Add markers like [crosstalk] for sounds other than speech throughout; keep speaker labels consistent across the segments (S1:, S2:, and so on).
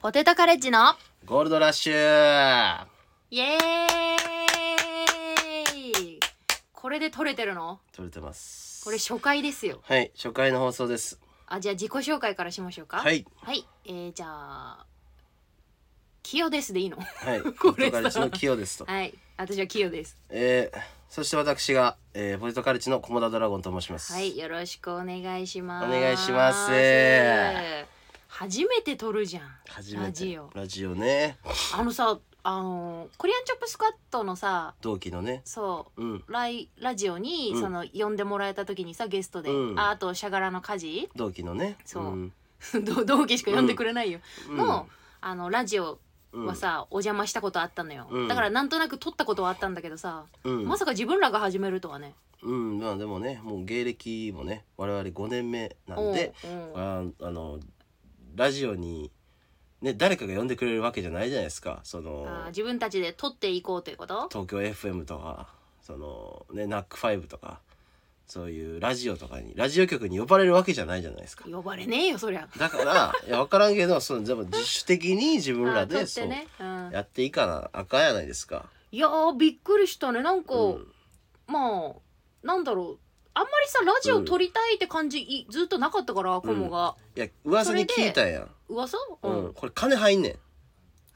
S1: ポテトカレッジの
S2: ゴールドラッシュ
S1: イエーイこれで撮れてるの
S2: 取れてます
S1: これ初回ですよ
S2: はい初回の放送です
S1: あじゃあ自己紹介からしましょうか
S2: はい
S1: はいえー、じゃあキヨですで
S2: [laughs]
S1: いいの
S2: はいポ
S1: [laughs] こ
S2: テ
S1: れさ
S2: トカレッジのキヨですと、
S1: はい私はキヨです
S2: えー、そして私が、えー、ポテトカレッジのコモダドラゴンと申します
S1: はいよろしくお願いします
S2: お願いします
S1: 初めて撮るじゃん
S2: 初めて
S1: ラジオ
S2: ラジオね
S1: あのさあのコリアンチョップスクワットのさ
S2: 同期のね
S1: そう
S2: うん
S1: ライラジオに、
S2: うん
S1: その呼んでもらえた時にさゲストで、
S2: うん
S1: ああと「しゃがらの家事
S2: 同期のね」
S1: そうん [laughs] ど同期しか呼んでくれないよ、
S2: うん
S1: のあのラジオ
S2: うん
S1: はさ、お邪魔したことあったのよ、
S2: うん
S1: だからなんとなく撮ったことはあったんだけどさ、
S2: うん、
S1: まさか自分らが始めるとはね
S2: うんまあでもねもう芸歴もね我々5年目なんで
S1: おうおう
S2: ああのラジオにね誰かが呼んでくれるわけじゃないじゃないですかその
S1: あー自分たちで撮っていこうということ
S2: 東京 FM とかそのね NAC5 とかそういうラジオとかにラジオ局に呼ばれるわけじゃないじゃないですか
S1: 呼ばれねえよそりゃ
S2: だから
S1: [laughs]
S2: いや分からんけどそのでも自主的に自分
S1: あ
S2: ら
S1: ー撮
S2: で
S1: っ
S2: そ
S1: て
S2: う
S1: ね、うん、
S2: やっていかなあかんやないですか。
S1: いやーびっくりしたねなんか、
S2: うん
S1: まあなんだろうあんまりさラジオ撮りたいって感じ、いずっとなかったからコモが、
S2: いや噂に聞いたやん、
S1: 噂、
S2: うんこれ金入んねん。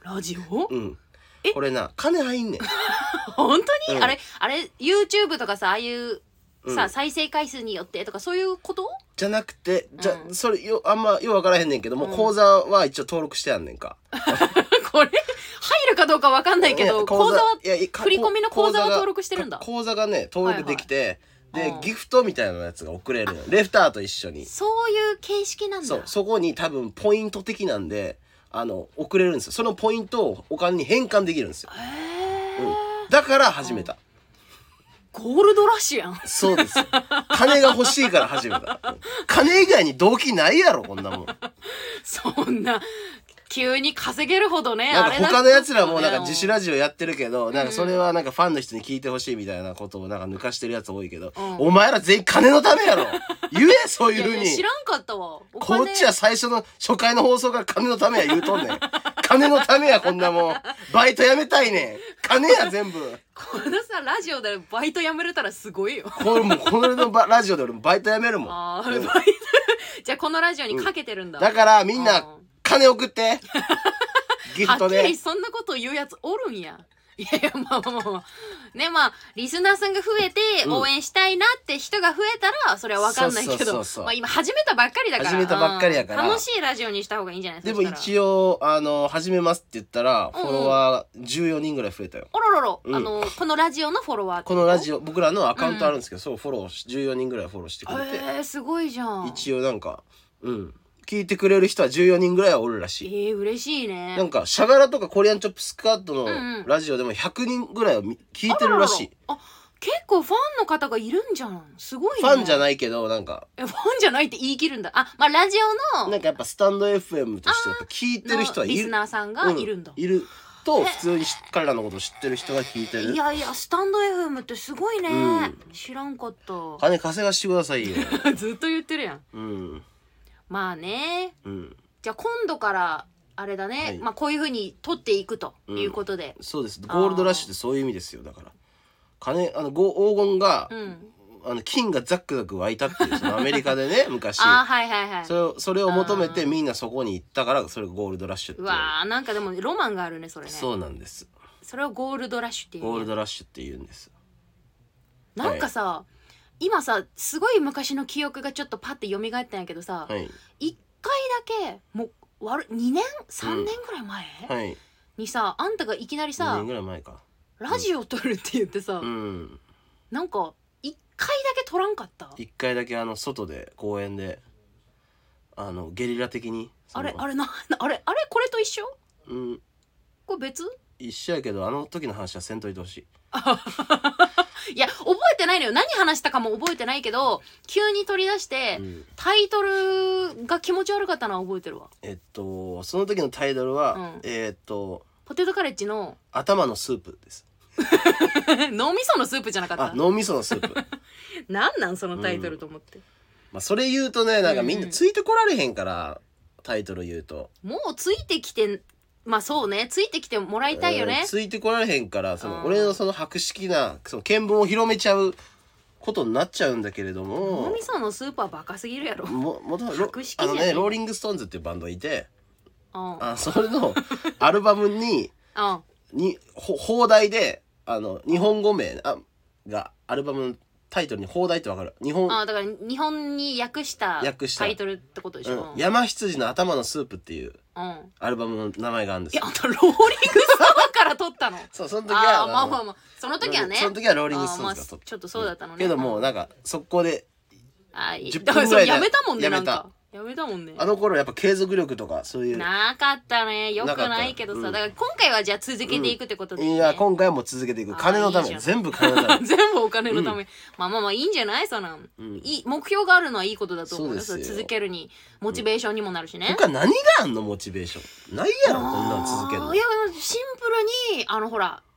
S1: ラジオ
S2: うん
S1: え、
S2: これな金入んねん。
S1: 本当に、
S2: うん
S1: あれあれ YouTube とかさああいう
S2: うん
S1: さ、再生回数によってとかそういうこと [laughs]
S2: じゃなくてじゃ、
S1: うん
S2: それよあんまよう分からへんねんけども、
S1: うん
S2: 口座は一応登録してやんねんか。
S1: これ入るかどうかわかんないけど、
S2: ね
S1: 口座はい
S2: やいやか
S1: 振り込みの口座は
S2: が
S1: 登録してるんだ
S2: か口座がね登録できて、
S1: はいはい
S2: で
S1: うん
S2: ギフトみたいなやつが送れるのよレフターと一緒に
S1: そういう形式なんだ
S2: そうそこに多分ポイント的なんであの送れるんですよそのポイントをお金に変換できるんですよ
S1: へえ、
S2: だから始めた、
S1: ゴールドラッシュやん [laughs]
S2: そうですよ金が欲しいから始めたうん金以外に動機ないやろこんなもんなんか
S1: そんな急に稼げるほど
S2: [laughs]
S1: ねあれだ
S2: 他のやつらもなんか自主
S1: ラ
S2: ラジオやってるけどなんかそれはなんかファンの人に聞いてほしいみたいなことをなんか抜かしてるやつ多いけど、
S1: うん
S2: お前ら全員金のため
S1: [laughs]
S2: やろ言えそういうふうに
S1: 知らんかったわお金
S2: こっちは最初の初回の放送から金のためや言うとんねん。
S1: [laughs]
S2: 金のためやこんなもん。バイトやめたいねん。金や全部。
S1: このさラジオでバイト辞めれたらすごいよ
S2: これもうこれのばラジオで俺もバイトやめるもん。
S1: あ
S2: う
S1: ー
S2: ん
S1: バイト [laughs] じゃあこのラジオにかけてるんだ、
S2: だからみん
S1: う
S2: なん金送
S1: [laughs]
S2: って。ギフト
S1: はっき
S2: で
S1: り。そんなこと言うやつおるんや。いやいや、まあまあまあまあ。ね、まあ、リスナーさんが増えて、
S2: うん
S1: 応援したいなって人が増えたら、それはわかんないけ
S2: そうそうそ
S1: ど
S2: うそ、う
S1: まあ今始めたばっかりだから。
S2: 始めたばっかりやから
S1: うん楽しいラジオにした方がいいんじゃない
S2: でも
S1: 応。
S2: 一応あの始めますって言ったら
S1: うんうん
S2: フォロワー14人ぐらい増えたよ。
S1: おろろろ、
S2: うん
S1: あの、このラジオのフォロワー
S2: このラ
S1: オ。
S2: ジオ僕らのアカウントあるんですけど、そうフォローし14人ぐらいフォローしてくれ
S1: え
S2: て、
S1: ー、すごいじゃん。
S2: 一応なんかうん聞いてくれる人は14人ぐらいはおるらしい
S1: え。ー、嬉しいね。
S2: なんか、シャガラとかコリアンチョップスクワット
S1: んうん
S2: のラジオでも100人ぐらいをみ聞いてるらしい。
S1: あらららあ、結構ファンの方がいるんじゃん。すごい
S2: ファンじゃ
S1: い。
S2: ないけど、なんか、
S1: え、ファンじゃないって言い切るんだ。あ、まあラジオの
S2: なんかやっぱスタンド FM としてやっぱ聞いてる
S1: の
S2: 人はい
S1: リス
S2: る。
S1: ナーさんが
S2: うん
S1: いるんだ。
S2: いると、普通にし彼らのこと知ってる人が聞いて
S1: い
S2: る。
S1: やいやスタンド FM ってすごいね、
S2: うん
S1: 知らんかった
S2: 金稼がしてくださいよ。
S1: [laughs] ずっと言ってるやん
S2: うん。
S1: まあね
S2: うん。
S1: じゃあ今度からあれだね、
S2: はい
S1: まあこういうふうに取っていくということで
S2: そうです。ゴールドラッシュってそういう意味ですよ。だから。金、あの、ご黄金が
S1: う、ん、
S2: あの、金がザックザク湧いたって
S1: [laughs]
S2: いう、そのアメリカでね、昔。
S1: ああはいはいはい
S2: それを、それを求めてみんなそこに行ったから、それがゴールドラッシュって
S1: う
S2: いう。
S1: わーなんかでもロマンがあるねそれね
S2: そうなんです。
S1: それをゴールドラッシュっていうね、
S2: ゴールドラッシュって言うんです。
S1: なんかさ、今さすごい昔の記憶がちょっとパッて蘇ったんやけどさ、
S2: はい。
S1: 一回だけもう割る2年3年ぐらい前、
S2: はい。
S1: にさあんたがいきなり
S2: 2
S1: さ
S2: 年ぐらい前か。
S1: ラジオ撮るって言ってさ、
S2: うん。
S1: なんか一回だけ取らんかった
S2: 一回だけあの外で公園で。あのゲリラ的に。
S1: あれあ
S2: れ。
S1: れななあれあれこれと一緒
S2: うん。
S1: これ別
S2: 一緒やけど、あの時の話はせんといてほしい。
S1: いや覚えてないのよ何話したかも覚えてないけど急に取り出して、
S2: うん
S1: タイトルが気持ち悪かったのは覚えてるわ
S2: えっと、その時のタイトルは、
S1: うん
S2: えっと。
S1: ポテトカレッジの
S2: 頭のスープです。
S1: [laughs] 脳みそのスープじゃなかっ
S2: あ
S1: た、
S2: 脳みそのスープ。
S1: [laughs] なんなんそのタイトルと思って、
S2: まあ、それ言うとね、なんかみんなついてこられへんから。タイトル言うと
S1: もうついてきてまあそうねついてきてもらいたいよ
S2: う
S1: ね
S2: ん、ついてこられへんからそ
S1: うん
S2: の俺のその博識なその見聞を広めちゃうことになっちゃうんだけれど
S1: も
S2: も
S1: みさんのスーパーバカすぎるやろ、
S2: ももともとロ
S1: 博識
S2: あの
S1: じゃな
S2: ね
S1: い
S2: ローリング・ストーンズっていうバンドがいて
S1: うん、うん
S2: あそれのアルバムににほ放題であの日本語名あがアルバムのタイトルに放題ってわかる日本
S1: あだから日本に訳した
S2: 訳した
S1: タイトルってことでし
S2: う
S1: ょ
S2: ん、山羊の頭のスープっていう
S1: うん、うん
S2: アルバムの名前があるんで
S1: い
S2: す
S1: や
S2: よ
S1: あんたローリングストーンから撮ったの
S2: そうその時は
S1: ああまあまあまあその時はね
S2: その時はローリングストーンズが
S1: あー
S2: 撮っ
S1: まあちょっとそうだったのね
S2: けどもうなんか速攻で
S1: あいい
S2: 10
S1: だから
S2: 分ぐ
S1: そ
S2: らい
S1: れ
S2: で
S1: やめたもんね
S2: やめ
S1: な
S2: た
S1: んかやめたもんね
S2: あの頃やっぱ継続力とかそういう
S1: なかったねよく
S2: なかった
S1: ないけどさ、
S2: うん
S1: だから今回はじゃあ続けていくってことで、ね
S2: いや今回はもう続けていく
S1: あー
S2: 金のた
S1: いいじ
S2: め
S1: ゃん
S2: 全部金の
S1: [laughs]
S2: ため
S1: 全部お金のため、まあまあまあいいんじゃないその、
S2: ん
S1: いい目標があるのはいいことだと思うよ
S2: そうですよ
S1: 続けるにモチベーションにもなるしね、
S2: 他何があんのモチベーションないやろこんなの続ける
S1: あ
S2: の
S1: ーいやシンプルにあのほら、
S2: うん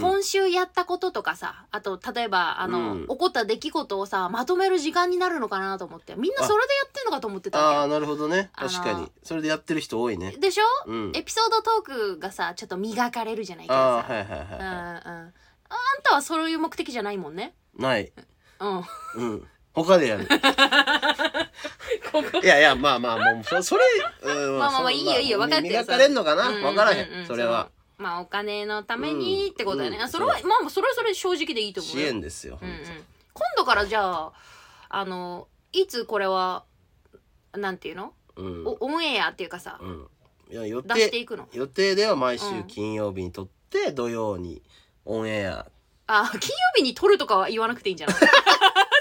S1: 今週やったこととかさあと例えばあの、
S2: うん
S1: 起こった出来事をさまとめる時間になるのかなと思ってみんなそれでやってんのかと思ってた
S2: ああ
S1: わ
S2: ーなるほどね
S1: あの
S2: 確
S1: ー
S2: かにそれでやってる人多いね
S1: けでしょ、
S2: うん
S1: エピソードトークがさちょっと磨かれるじゃないけど
S2: あ
S1: さ
S2: あーはいはい
S1: うんうん
S2: は
S1: あんたはそういう目的じゃないもんね。
S2: いない
S1: うん。
S2: うん他で
S1: [laughs]
S2: やるいやいやまあまあもうそそれうん
S1: まあまあまあいいよいいよ分かってる
S2: 磨かれんのかな
S1: うんうんうん
S2: 分からへんそれは。
S1: のまあお金のためにってことだよね。
S2: うん
S1: あそれは
S2: そ
S1: まあそれはそれで正直でいいと思う
S2: 支
S1: よ。
S2: 援ですよ
S1: うんうん
S2: 本当
S1: 今度からじゃああのいつこれはなんていうの、
S2: うん
S1: おオンエアっていうかさ
S2: うんいや予
S1: 出して
S2: 定
S1: いくの。
S2: 予定では毎
S1: う
S2: 週
S1: ん
S2: 金曜日に撮って土曜にオンエア
S1: あ金曜日に撮るとかは言わなくていいんじ
S2: [laughs]
S1: ゃない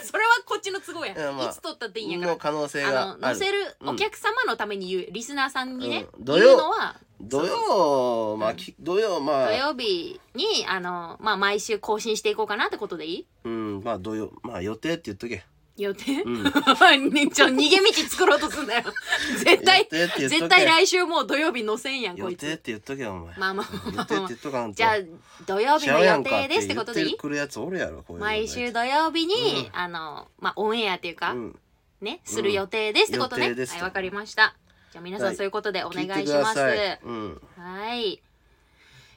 S1: それはこっちの都合や。
S2: いやまあ
S1: いつ撮ったっていいんやから
S2: の。可能性
S1: あ
S2: が
S1: の
S2: あ
S1: 載
S2: る
S1: せる
S2: うん
S1: お客様のために言う、リスナーさんにね、
S2: うん土
S1: 言
S2: 曜
S1: うのは
S2: 土曜まあき土曜ま
S1: 土
S2: あ
S1: 曜日にあの、まあ、毎週更新していこうかなってことでいい
S2: うんまあ土曜まあ予定って言っとけ
S1: 予定、
S2: うん
S1: ねちょ [laughs] 逃げ道作ろうとすん
S2: [laughs]
S1: だよ絶対
S2: 予定って言っとけ
S1: 絶対来週もう土曜日載せんやん
S2: 予
S1: こい
S2: 定
S1: つ
S2: って言っとけよお前
S1: まあまあまあ
S2: 予定って言っとかんと
S1: じゃあ土曜日
S2: ちゃ
S1: の
S2: うや
S1: 予
S2: んか
S1: 定ですってことでい
S2: 言
S1: い
S2: ってくるやつおるやろこういうの
S1: 毎週土曜日に、
S2: う
S1: あのまあオンエアっていうか、
S2: うん
S1: ねする予定ですってことね、
S2: 予定です
S1: は
S2: と
S1: いわかりましたじゃあ皆さ
S2: は
S1: ん
S2: い
S1: そういうことでお願
S2: 聞て
S1: い
S2: く
S1: し
S2: だ
S1: ます、
S2: さいうん
S1: はい。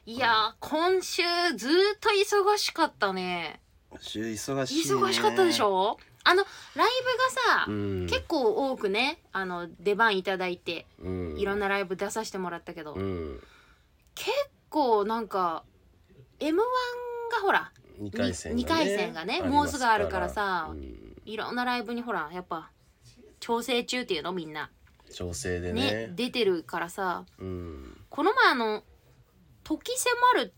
S1: いやー、今週ずーっと忙しかったね。
S2: 週忙しいね
S1: 忙しかったでしょあの、ライ
S2: う
S1: ブがさ、
S2: ん
S1: 結構多くね、あの、出番いただいて、
S2: うん
S1: いろんなライブ出させてもらったけど、
S2: う
S1: 結
S2: ん
S1: 構なんか、M1 がほら、
S2: 二回戦がね
S1: 二回戦がね
S2: あります
S1: もうすぐあるからさ
S2: うん
S1: いろんなライブにほら、やっぱ、調整中っていうのみんな。
S2: 調整で
S1: ね、
S2: ね
S1: 出てるからさ、
S2: うん
S1: この前あの、時迫る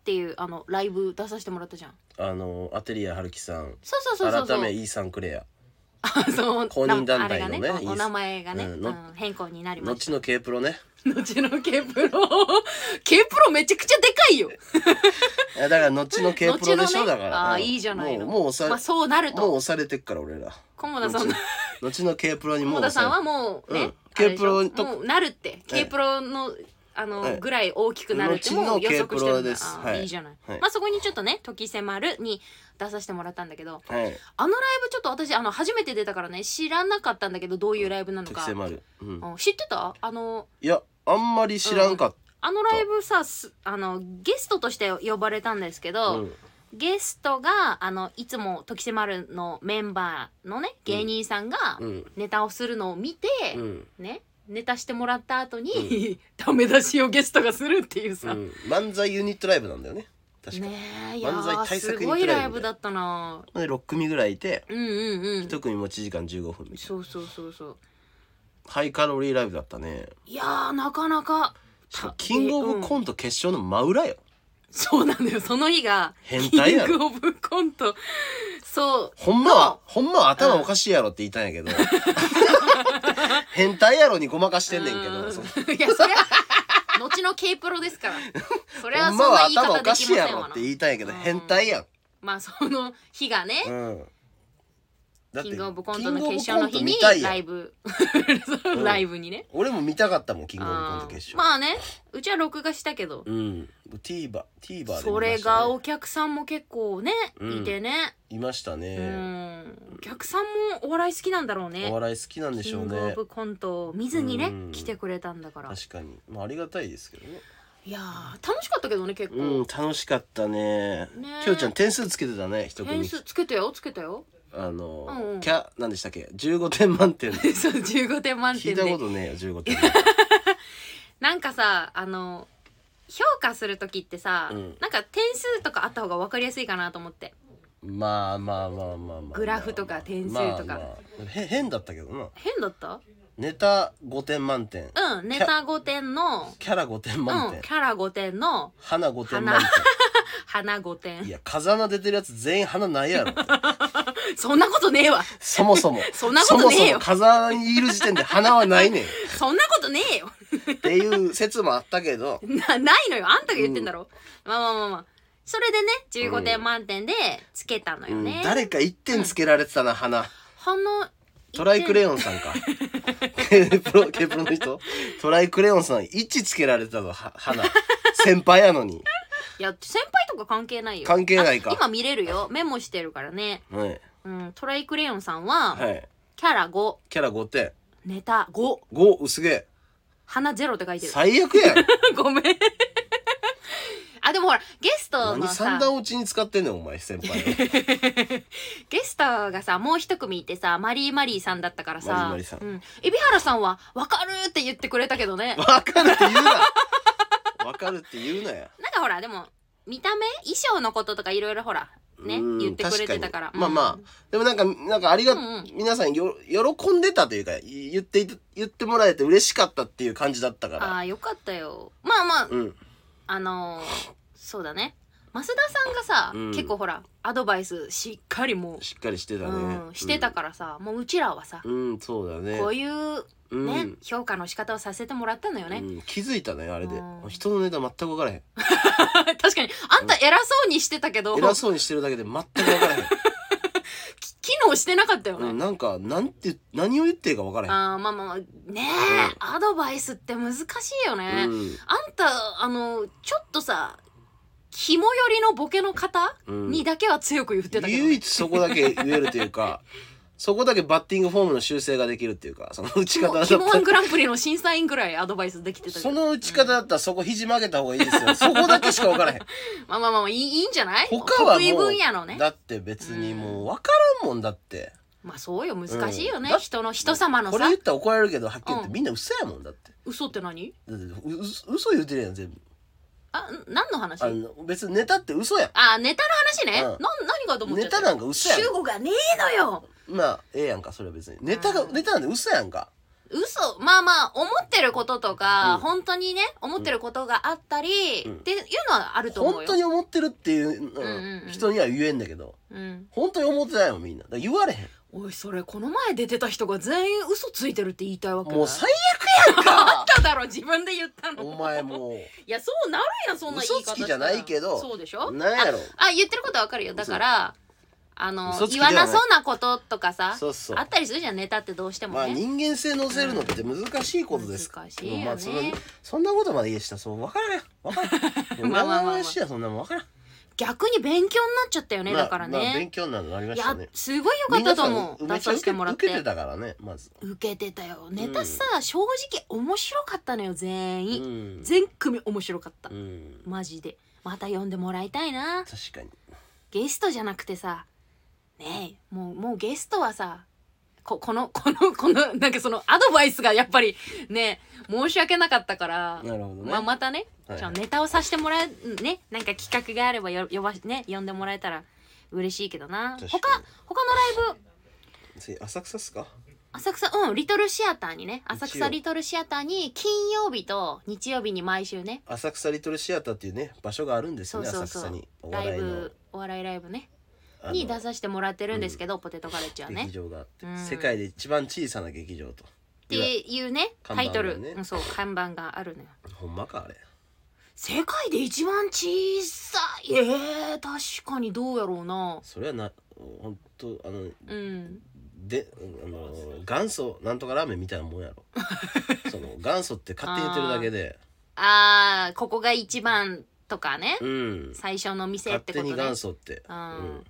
S1: っていうあの、ライブ出させてもらったじゃん。
S2: あのアテリア春樹さん
S1: そうそうそうそうそう。
S2: 改めイーサン・クレア
S1: [laughs] そう
S2: 公認団体のね
S1: なあれが
S2: いい
S1: おお名前がね、
S2: うん
S1: う
S2: の
S1: ん変更になりまし
S2: 後の K プロね
S1: た後の K プロ [laughs] K プロめちゃくちゃでかいよ
S2: いやだから後の K プロで
S1: [laughs] 後
S2: し
S1: の
S2: ょ
S1: ね
S2: だから
S1: あー
S2: うん
S1: いいじゃないの
S2: もうもう押
S1: まあ
S2: さ
S1: そうなる
S2: もう
S1: と
S2: 押されてっから俺ら
S1: 菰田さんの
S2: 後の K プロにも
S1: 菰
S2: う
S1: 田
S2: 押さ
S1: さん
S2: れ
S1: はもうね、
S2: うん
S1: あれでしょ
S2: K プロと
S1: もうなるって
S2: え
S1: K プロのあの、
S2: ええ
S1: ぐらい大きくなるってもう予測してるんだ
S2: 後の K プロです
S1: あー
S2: はい
S1: いいじゃない、
S2: はい
S1: まあそこにちょっとね「時迫る」に出させてもらったんだけど
S2: はい
S1: あのライブちょっと私あの初めて出たからね知らなかったんだけどどういうライブなの
S2: 適
S1: か、
S2: 性もある、うん、
S1: うん知ってたあの
S2: いやあんまり知らんかっ
S1: あのライブさすあのゲストとして呼ばれたんですけ
S2: た、
S1: ど、
S2: うん
S1: ゲストがあのいつも「時せまる」のメンバーのね芸人さんが
S2: うん
S1: ネタをするのを見て、
S2: うん
S1: ねネタしてもらった後に、 [laughs] ダメ出しをゲストがするっていう
S2: う
S1: さ、
S2: ん、漫才ユニットライブなんだよね確か、
S1: ねえいや
S2: 漫
S1: ー
S2: 才対
S1: す
S2: 策
S1: ごいライブだったな
S2: で6組ぐらいいて
S1: うんうんうん
S2: 1組持ち時間15分みたいな
S1: そうそうそうそう
S2: ハイカロリーライブだったね
S1: いやーなかなか
S2: しかもキングオブコント決勝の真裏よ
S1: そうなんだよその日が
S2: 変態や
S1: キン
S2: ろ
S1: グオブコントそう
S2: ほんまはほんまは頭おかしいやろって言いたんやけど変態やろにごまかしてんねんけ
S1: う
S2: ど
S1: ん
S2: その
S1: [laughs] いやそれは後の K プロですからそれは
S2: ほ
S1: そ
S2: ん
S1: ん
S2: ま
S1: な
S2: は
S1: 言い方
S2: 頭
S1: で
S2: お
S1: きま
S2: か
S1: せ
S2: しいや
S1: ん
S2: ろ
S1: わ
S2: っ
S1: な
S2: て言いたんやけど
S1: うん
S2: 変態やん
S1: まあその日がね、
S2: うんだって
S1: キングオブコントの決
S2: キ
S1: 勝の
S2: ングオ
S1: 日
S2: ブコント
S1: に
S2: 見たいや
S1: ラ
S2: ん
S1: イブ [laughs]
S2: うん
S1: ライブにね、
S2: 俺も見たかったもんキングオブコント
S1: あー
S2: 決勝、
S1: まあねうちは録画したけど、
S2: うん TVer, TVer で見ました、ね、
S1: それがお客さんも結構ね、
S2: うん
S1: いてね、
S2: いましたね、
S1: うんお客さんもお笑い好きなんだろうね
S2: お笑い好きなんで
S1: キ
S2: しょう
S1: ングオ
S2: ね
S1: ブコントを見ずにね、
S2: うん
S1: 来てくれたんだから
S2: 確かに、まあ、ありがたいですけどね
S1: いやー楽しかったけどね結構、
S2: うん楽しかったね
S1: ね
S2: きょうちゃん点数つけてたね一
S1: 点
S2: 組
S1: 数つけたよつけたよ [laughs]
S2: あの、
S1: うんうん
S2: キャ何でしたっけ15点
S1: [laughs]
S2: 満点
S1: そう15点満
S2: 聞い
S1: 点
S2: たこ
S1: で
S2: とねえよ15点
S1: [laughs] なんかさあの評価する時ってさ、
S2: うん
S1: なんか点数とかあった方が分かりやすいかなと思って
S2: まあまあまあまあまあまあ
S1: グラフとか点数とか
S2: へ変だったけどな
S1: 変だった
S2: ネタ5点満点
S1: うんネタ5点の
S2: キャラ5点満
S1: うん
S2: 点
S1: キャラ5点の
S2: 花5点満
S1: 花5
S2: 点い
S1: 点
S2: や風穴出てるやつ全員花ない
S1: [laughs]
S2: やろ
S1: そんなことねえわ
S2: そもそも
S1: そんなことねえよ
S2: そもそも風穴にいる時点で花はないねん
S1: そんなことねえよ [laughs]
S2: っていう説もあったけど
S1: なないのよあんたが言ってんだろ、まあまあまあまあそれでね15点満点でつけたの
S2: う
S1: よ
S2: ん
S1: ね、
S2: 誰か1点つけられてたな花
S1: 花
S2: トライクレ
S1: ン
S2: ヨンさんか K プロ K プロの人トライクレヨンさん位置つけられてたぞは花先輩やのに、
S1: いや先輩とか関係ないよ
S2: 関係ないか
S1: あ今見れるよメモしてるからね、
S2: はい
S1: うん、トライクレヨンさんは、
S2: はい、
S1: キャラ5
S2: キャラ5点
S1: ネタ5
S2: 5うすげえ
S1: 花ゼロって書いてる
S2: 最悪やん
S1: [laughs] ごめんあでもほらゲストの
S2: 何三
S1: さ
S2: 段落ちに使ってんねんお前先輩
S1: ゲストがさもう一組いてさマリーマリーさんだったからさ
S2: マリーマリーさん
S1: うん、海老原さんは「分かる!」って言ってくれたけどね
S2: わかるって言うなわかるって言うなや
S1: なんかほらでも見た目衣装のこととかいろいろほらね
S2: うん
S1: 言ってくれてたから
S2: 確にまあまあでもなんかなんかありが、
S1: うんうん
S2: 皆さんよ喜んでたというかい言ってい言ってもらえて嬉しかったっていう感じだった
S1: あ
S2: か
S1: あ
S2: ら
S1: ーよかったよまあまあ、
S2: うん
S1: あのーそうだね増田さんがさ、
S2: うん
S1: 結構ほらアドバイスしっかりも
S2: しっかりして
S1: う、
S2: たね、
S1: うん、してたからさ、もううちらはさ、
S2: うん、うん、そうだね
S1: こういう
S2: うん
S1: ね、評価の仕方をさせてもらったのよね、
S2: うん、気づいたねあれで
S1: うん
S2: 人のネタ全く分からへん
S1: [laughs] 確かにあんた偉そうにしてたけど、
S2: 偉そうにしてるだけで全く分からへん、
S1: [laughs] き機能してなかったよね、
S2: うん、なんかなんて何を言ってるか分からへん
S1: あーまあまあまあねえ、アドバイスって難しいよね、
S2: うん
S1: あんたあのちょっとさ肝寄りのボケの方、
S2: うん
S1: にだけは強く言ってたけど
S2: 唯一そこだけ言えるとい
S1: [laughs]
S2: うかそこだけバッティングフォームの修正ができるっていうかその打ち方だ
S1: 肝肝ワ
S2: った
S1: ン
S2: ら
S1: グランプリの審査員ぐらいアドバイスできてたけ
S2: そ
S1: ど
S2: の打ち方だったらそこ肘曲げた方がいいですよそこだけしか分からへん
S1: まあまあまあまあいいいいんじゃない
S2: 他は
S1: 得意
S2: も
S1: 分野のね
S2: うだって別にもう分からんもんだって
S1: まあそうよ難しいよね、
S2: うんだ
S1: 人の人様の
S2: これ
S1: さ
S2: 言ったら怒られるけどはっきり言って
S1: うん
S2: みんな嘘やもんだって
S1: 嘘って何
S2: だってうう嘘言うてるやん全部
S1: あん何の話
S2: あの別にネタって嘘やん
S1: あネタの話ね、
S2: うん
S1: な何かと思っちゃ
S2: ネ
S1: った
S2: タなんか嘘やん
S1: 主語がねえのよ
S2: まあええやんかそれは別にネタが
S1: うん
S2: ネタなんで嘘やんか
S1: 嘘まあまあ思ってることとか、
S2: うん
S1: 本当にね思ってることがあったり、
S2: うん
S1: っていうのはあると思うよ
S2: 本当に思ってるっていうの
S1: うんうんうん
S2: 人には言えんだけど
S1: うん
S2: 本当に思ってないもんみんなだから言われへん
S1: おいそれこの前出てた人が全員嘘ついてるって言いたいわけ
S2: もう
S1: さ
S2: 最悪やん
S1: あ
S2: か [laughs]
S1: っただろ自分で言った
S2: お
S1: の
S2: 前も
S1: いやそうなるやんそんな言い方
S2: 嘘つきじゃないけど
S1: したらそうでしょ
S2: うなんやろ
S1: ああ言ってることはわかるよだからあの
S2: 嘘つき
S1: 言
S2: ではな
S1: わ
S2: い
S1: なそうなこととかさ
S2: そうそう
S1: あったりするじゃんネタってどうしても
S2: まあ
S1: ね、
S2: 人間性乗せるのって難しいことです
S1: 難しいよね
S2: もうまあそのそんなことまで言えしたらそう分
S1: [laughs]
S2: からんよ分からんもう
S1: まあまあまあまあ
S2: 生々しいやそんなもん分からん
S1: 逆に勉強になっちゃったよね、
S2: まあ
S1: だから
S2: まあ勉
S1: ね、
S2: 強になるのありま
S1: い
S2: し
S1: や
S2: たね
S1: すごい良かったと思う
S2: 皆
S1: 出
S2: さん
S1: させてもらっ
S2: め
S1: て
S2: ちゃ受けてたからねまず
S1: 受けてたよネタさ、正直面白かったのよ全
S2: う
S1: 員、
S2: ん
S1: 全組面白かった、
S2: うん
S1: マジでまた呼んでもらいたいな
S2: 確かに
S1: ゲストじゃなくてさねえもうもうゲストはさここのこのこのなんかそのアドバイスがやっぱりね申し訳なかったから、
S2: なるほどね
S1: まあ、またね、
S2: はいはい
S1: ちょネタをさせてもらえねなんか企画があればよ呼ばね呼んでもらえたら嬉しいけどな
S2: 確
S1: 他
S2: かに
S1: 他のライブ
S2: 次浅草っすか
S1: 浅草うんリトルシアターにね浅
S2: 日
S1: 草
S2: 曜
S1: リトルシアターに金曜日と日曜日に毎週ね
S2: 浅草リトルシアターっていうね場所があるんですよね
S1: そうそうそう
S2: 浅草にお
S1: ライ
S2: 笑いの
S1: ブお笑いライブね
S2: あの
S1: に出させてもらってるんですけど、ポテトカレッジはね
S2: 劇場があって、
S1: うん
S2: 世界で一番小さな劇場と
S1: っていうね
S2: 看
S1: タ
S2: 板
S1: イトル、
S2: がね
S1: うんそう看板があるのよ
S2: ほんまかあれ
S1: 世界で一番小さいえー、確かにどうやろうな
S2: それはなほんとあの
S1: うん
S2: で、あの元祖なんとかラーメンみたいなも
S1: [laughs]
S2: んやろその元祖って勝手に言ってるだけで
S1: ああここが一番とかね、
S2: うん
S1: 最初の店っ
S2: 勝
S1: て
S2: 手
S1: こ
S2: に
S1: とね
S2: 元祖って、う
S1: あー
S2: ん、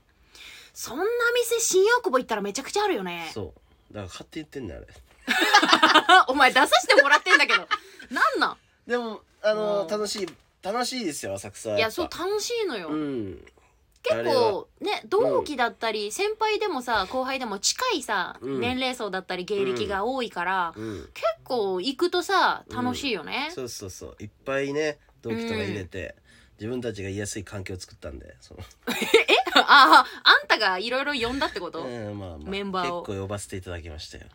S1: そんな店新大久保行ったらめちゃくちゃあるよね
S2: そうだから勝手に言ってんねんあれ
S1: お前出させてもらってんだけ
S2: [laughs]
S1: どなんなん
S2: でもあの
S1: うん
S2: 楽しい楽しいですよ浅草
S1: い
S2: や
S1: や
S2: っぱ
S1: そう楽しいのよ、
S2: うん
S1: 結
S2: あれは
S1: 構ね同期だったり、先輩でもさ後輩でも近いさ、
S2: うん
S1: 年齢層だったり芸歴が多いから、
S2: うん
S1: 結構行くとさ楽しいよね、
S2: そうそうそういっぱいね同期とか入れて、自分たちが言いやすい環境を作ったんでその
S1: [laughs] あああんたがいろいろ呼んだってこと、
S2: えーまあまあ
S1: メンバーを
S2: 結構呼ばせていただきましたよ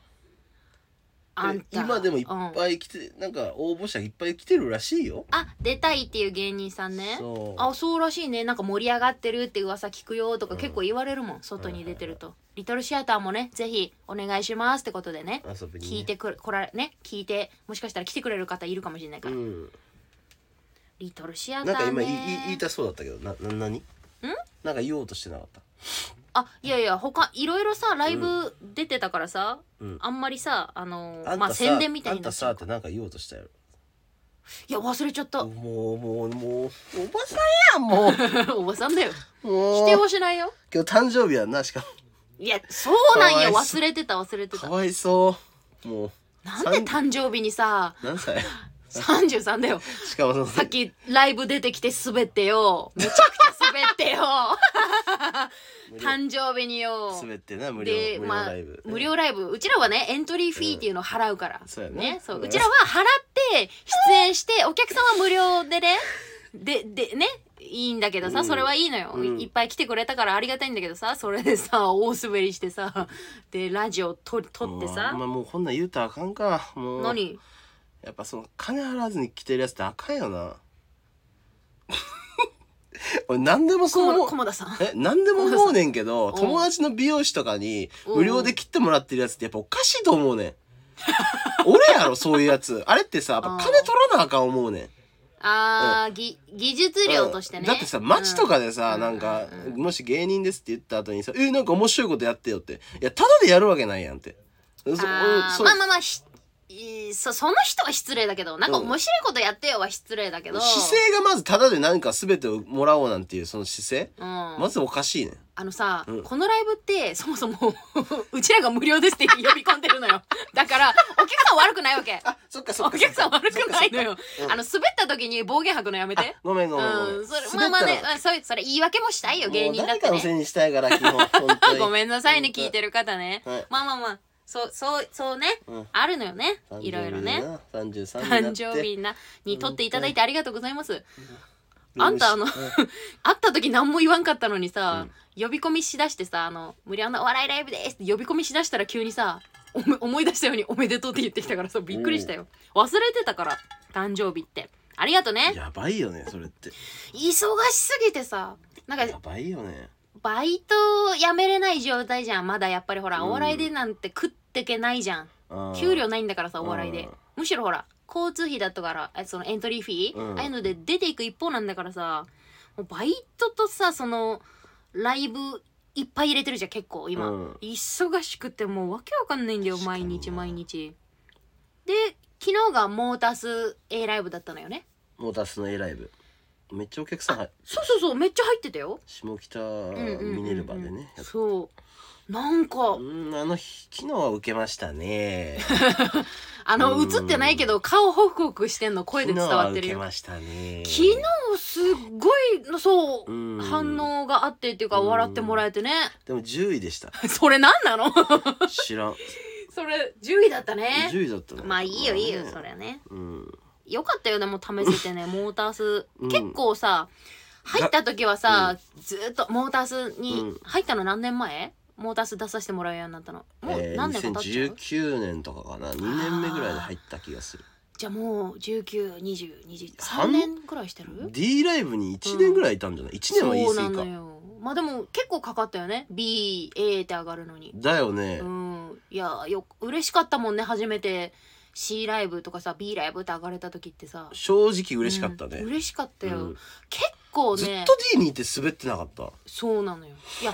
S1: あん
S2: で
S1: た
S2: 今でもいっ
S1: うん
S2: ぱい来て、なんか応募者いっぱい来てるらしいよ
S1: あ出たいっていう芸人さんね
S2: そう
S1: あそうらしいねなんか盛り上がってるって噂聞くよとか
S2: うん
S1: 結構言われるもん、外に出てると、リトルシアターもねぜひお願いしますってことでね
S2: 遊びにね
S1: 聞いてくるこらね聞いてもしかしたら来てくれる方いるかもしれないか
S2: う
S1: ら、
S2: ん
S1: リトルシアタ
S2: なんか
S1: ー
S2: 今
S1: ね
S2: いい言いたそうだったけどなな何んなんか言おうとしてなかった
S1: あいやいや他いろいろさライブ出てたからさ、
S2: うん
S1: あんまりさあのー
S2: あん
S1: まあ
S2: たさ、
S1: 宣伝みたい
S2: あ
S1: に
S2: ん
S1: な
S2: た
S1: っちゃ
S2: さ
S1: う
S2: ってなんか言おうとしたよ
S1: いや忘れちゃった
S2: もうもうもうおばさんやんもう
S1: [laughs] おばさんだよ
S2: も
S1: 否
S2: う
S1: 定はしないよ
S2: 今日誕生日やんなしかも
S1: いやそうなんよ
S2: かわいそ
S1: 忘れてた忘れて
S2: か
S1: た
S2: わいそうもう
S1: なんで誕生日にさ
S2: 何歳
S1: 33だよ
S2: [laughs] しかもその
S1: さっきライブ出てきて滑ってよめちゃくちゃ滑ってよ
S2: [laughs]
S1: [laughs] 誕生日によ
S2: 滑ってな無料
S1: で
S2: 無料
S1: まあ
S2: ライブ、
S1: 無料ライブうちらはねエントリーフィーっていうのを払うから、
S2: そうやね
S1: ねそう
S2: うん
S1: うちらは払って出演してお客さんは無料でね [laughs] ででねいいんだけどさ、
S2: うん
S1: それはいいのよ、
S2: うん
S1: いっぱい来てくれたからありがたいんだけどさそれでさ大滑りしてさでラジオと撮ってさ
S2: もうまあもうこんなん言うたらあかんかもう
S1: 何
S2: やっぱその金払わずに来てるやつってあかんよな [laughs] 俺何でもそう思う
S1: 駒田さん
S2: え何でも思うねんけど
S1: ん
S2: 友達の美容師とかに
S1: うん
S2: 無料で切ってもらってるやつってやっぱおかしいと思う
S1: [laughs]
S2: ねん俺やろそういうやつあれってさやっぱ金取らなあかん思うねん
S1: あーぎ技術料としてね、
S2: うんだってさ街とかでさ、
S1: うん
S2: なんか、
S1: うん
S2: もし芸人ですって言った後にさ「えなんか面白いことやってよ」っていやただでやるわけないやんってそうん
S1: あー
S2: そ
S1: まあまあまあひいそその人は失礼だけどなんか
S2: うん
S1: 面白いことやってよは失礼だけど
S2: 姿勢がまずただで何か全てをもらおうなんていうその姿勢、
S1: うん、
S2: まずおかしいね
S1: あのさ、
S2: うん
S1: このライブってそもそも [laughs] うちらが無料ですって呼び込んでるのよ [laughs] だからお客さん悪くないわけ
S2: あそっかそ
S1: お客さん悪くないのよ、
S2: うん
S1: あの滑った時に暴言吐くのやめて
S2: ごめんご
S1: う
S2: めんごめん、
S1: んそれ
S2: 滑
S1: まあまあ
S2: ったら
S1: ねうんそれそれ言い訳もしたいよ芸人だっ
S2: もう誰
S1: て
S2: かの
S1: ね
S2: せいにしたいから基本本当に
S1: ごめんなさいね聞い
S2: [laughs]
S1: てる方ね、
S2: はい
S1: まあまあまあそうそうそうね、
S2: うん
S1: あるのよねいろいろね
S2: 三十三
S1: 誕生日なに撮っていただいてありがとうございます。あんたあの会った時何も言わんかったのにさ、呼び込みしだしてさ「あの無料のお笑いライブです」って呼び込みしだしたら急にさおめ思い出したように「おめでとう」って言ってきたからさびっくりしたよ忘れてたから誕生日ってありがとうね
S2: やばいよねそれって
S1: 忙しすぎてさなん
S2: や
S1: か
S2: ばいよね
S1: バイトやめれない状態じゃんまだやっぱりほら
S2: うん
S1: お笑いでなんて食ってけないじゃん
S2: うん
S1: 給料ないんだからさお笑いで
S2: うん
S1: むしろほら交通費だったからえそのエントリーフィー、
S2: うん
S1: ああいうので出ていく一方なんだからさもうバイトとさそのライブいっぱい入れてるじゃん結構今、
S2: うん
S1: 忙しくてもうわけわかんないんだよ
S2: 確か
S1: 毎
S2: に
S1: 日毎日で昨日がモータース A ライブだったのよね
S2: モータスの A ライブめっちゃお客さん入
S1: そうそうそうめっちゃ入ってたよ
S2: 下北
S1: うんうんうんうん
S2: ミネルヴァでねやっ
S1: そうなんか
S2: うんあの日昨日は受けましたね
S1: あの
S2: うん
S1: 映ってないけど顔ホクホクしてんの声で伝わってる
S2: 昨日は受け
S1: よ
S2: ましたね
S1: 昨日すっごいそううん反応があってっていうか
S2: うん
S1: 笑ってもらえてね [laughs]
S2: でも10位でした
S1: それ何なの
S2: 知らん
S1: [laughs] それ10位だったね
S2: 10位だったの
S1: まあいいよいいよ
S2: まあね
S1: それね
S2: うん
S1: よかったよでも試せ
S2: [laughs]
S1: てねモータース
S2: うん
S1: 結構さ入った時はさずーっとモータースに
S2: うん
S1: 入ったの何年前モータース出させてもらうようになったのも
S2: え
S1: う
S2: ー
S1: 何年か経っちゃう
S2: 2019年とかかな2年目ぐらいで入った気がする
S1: じゃあもう192023
S2: 半
S1: 年くらいしてる
S2: D ライブに1年ぐらいいたんじゃない、一1年は言い
S1: そうな
S2: 過ぎ
S1: の
S2: か
S1: よまあでも結構かかったよね BA って上がるのに
S2: だよね、
S1: うんいやよ嬉しかったもんね初めて C ライブとかさ B ライブって上がれた時ってさ
S2: 正直嬉しかったね、
S1: うん嬉しかったよ、
S2: うん
S1: 結構
S2: ずっ
S1: ね
S2: と D にいて滑ってなかった
S1: そうなのよいや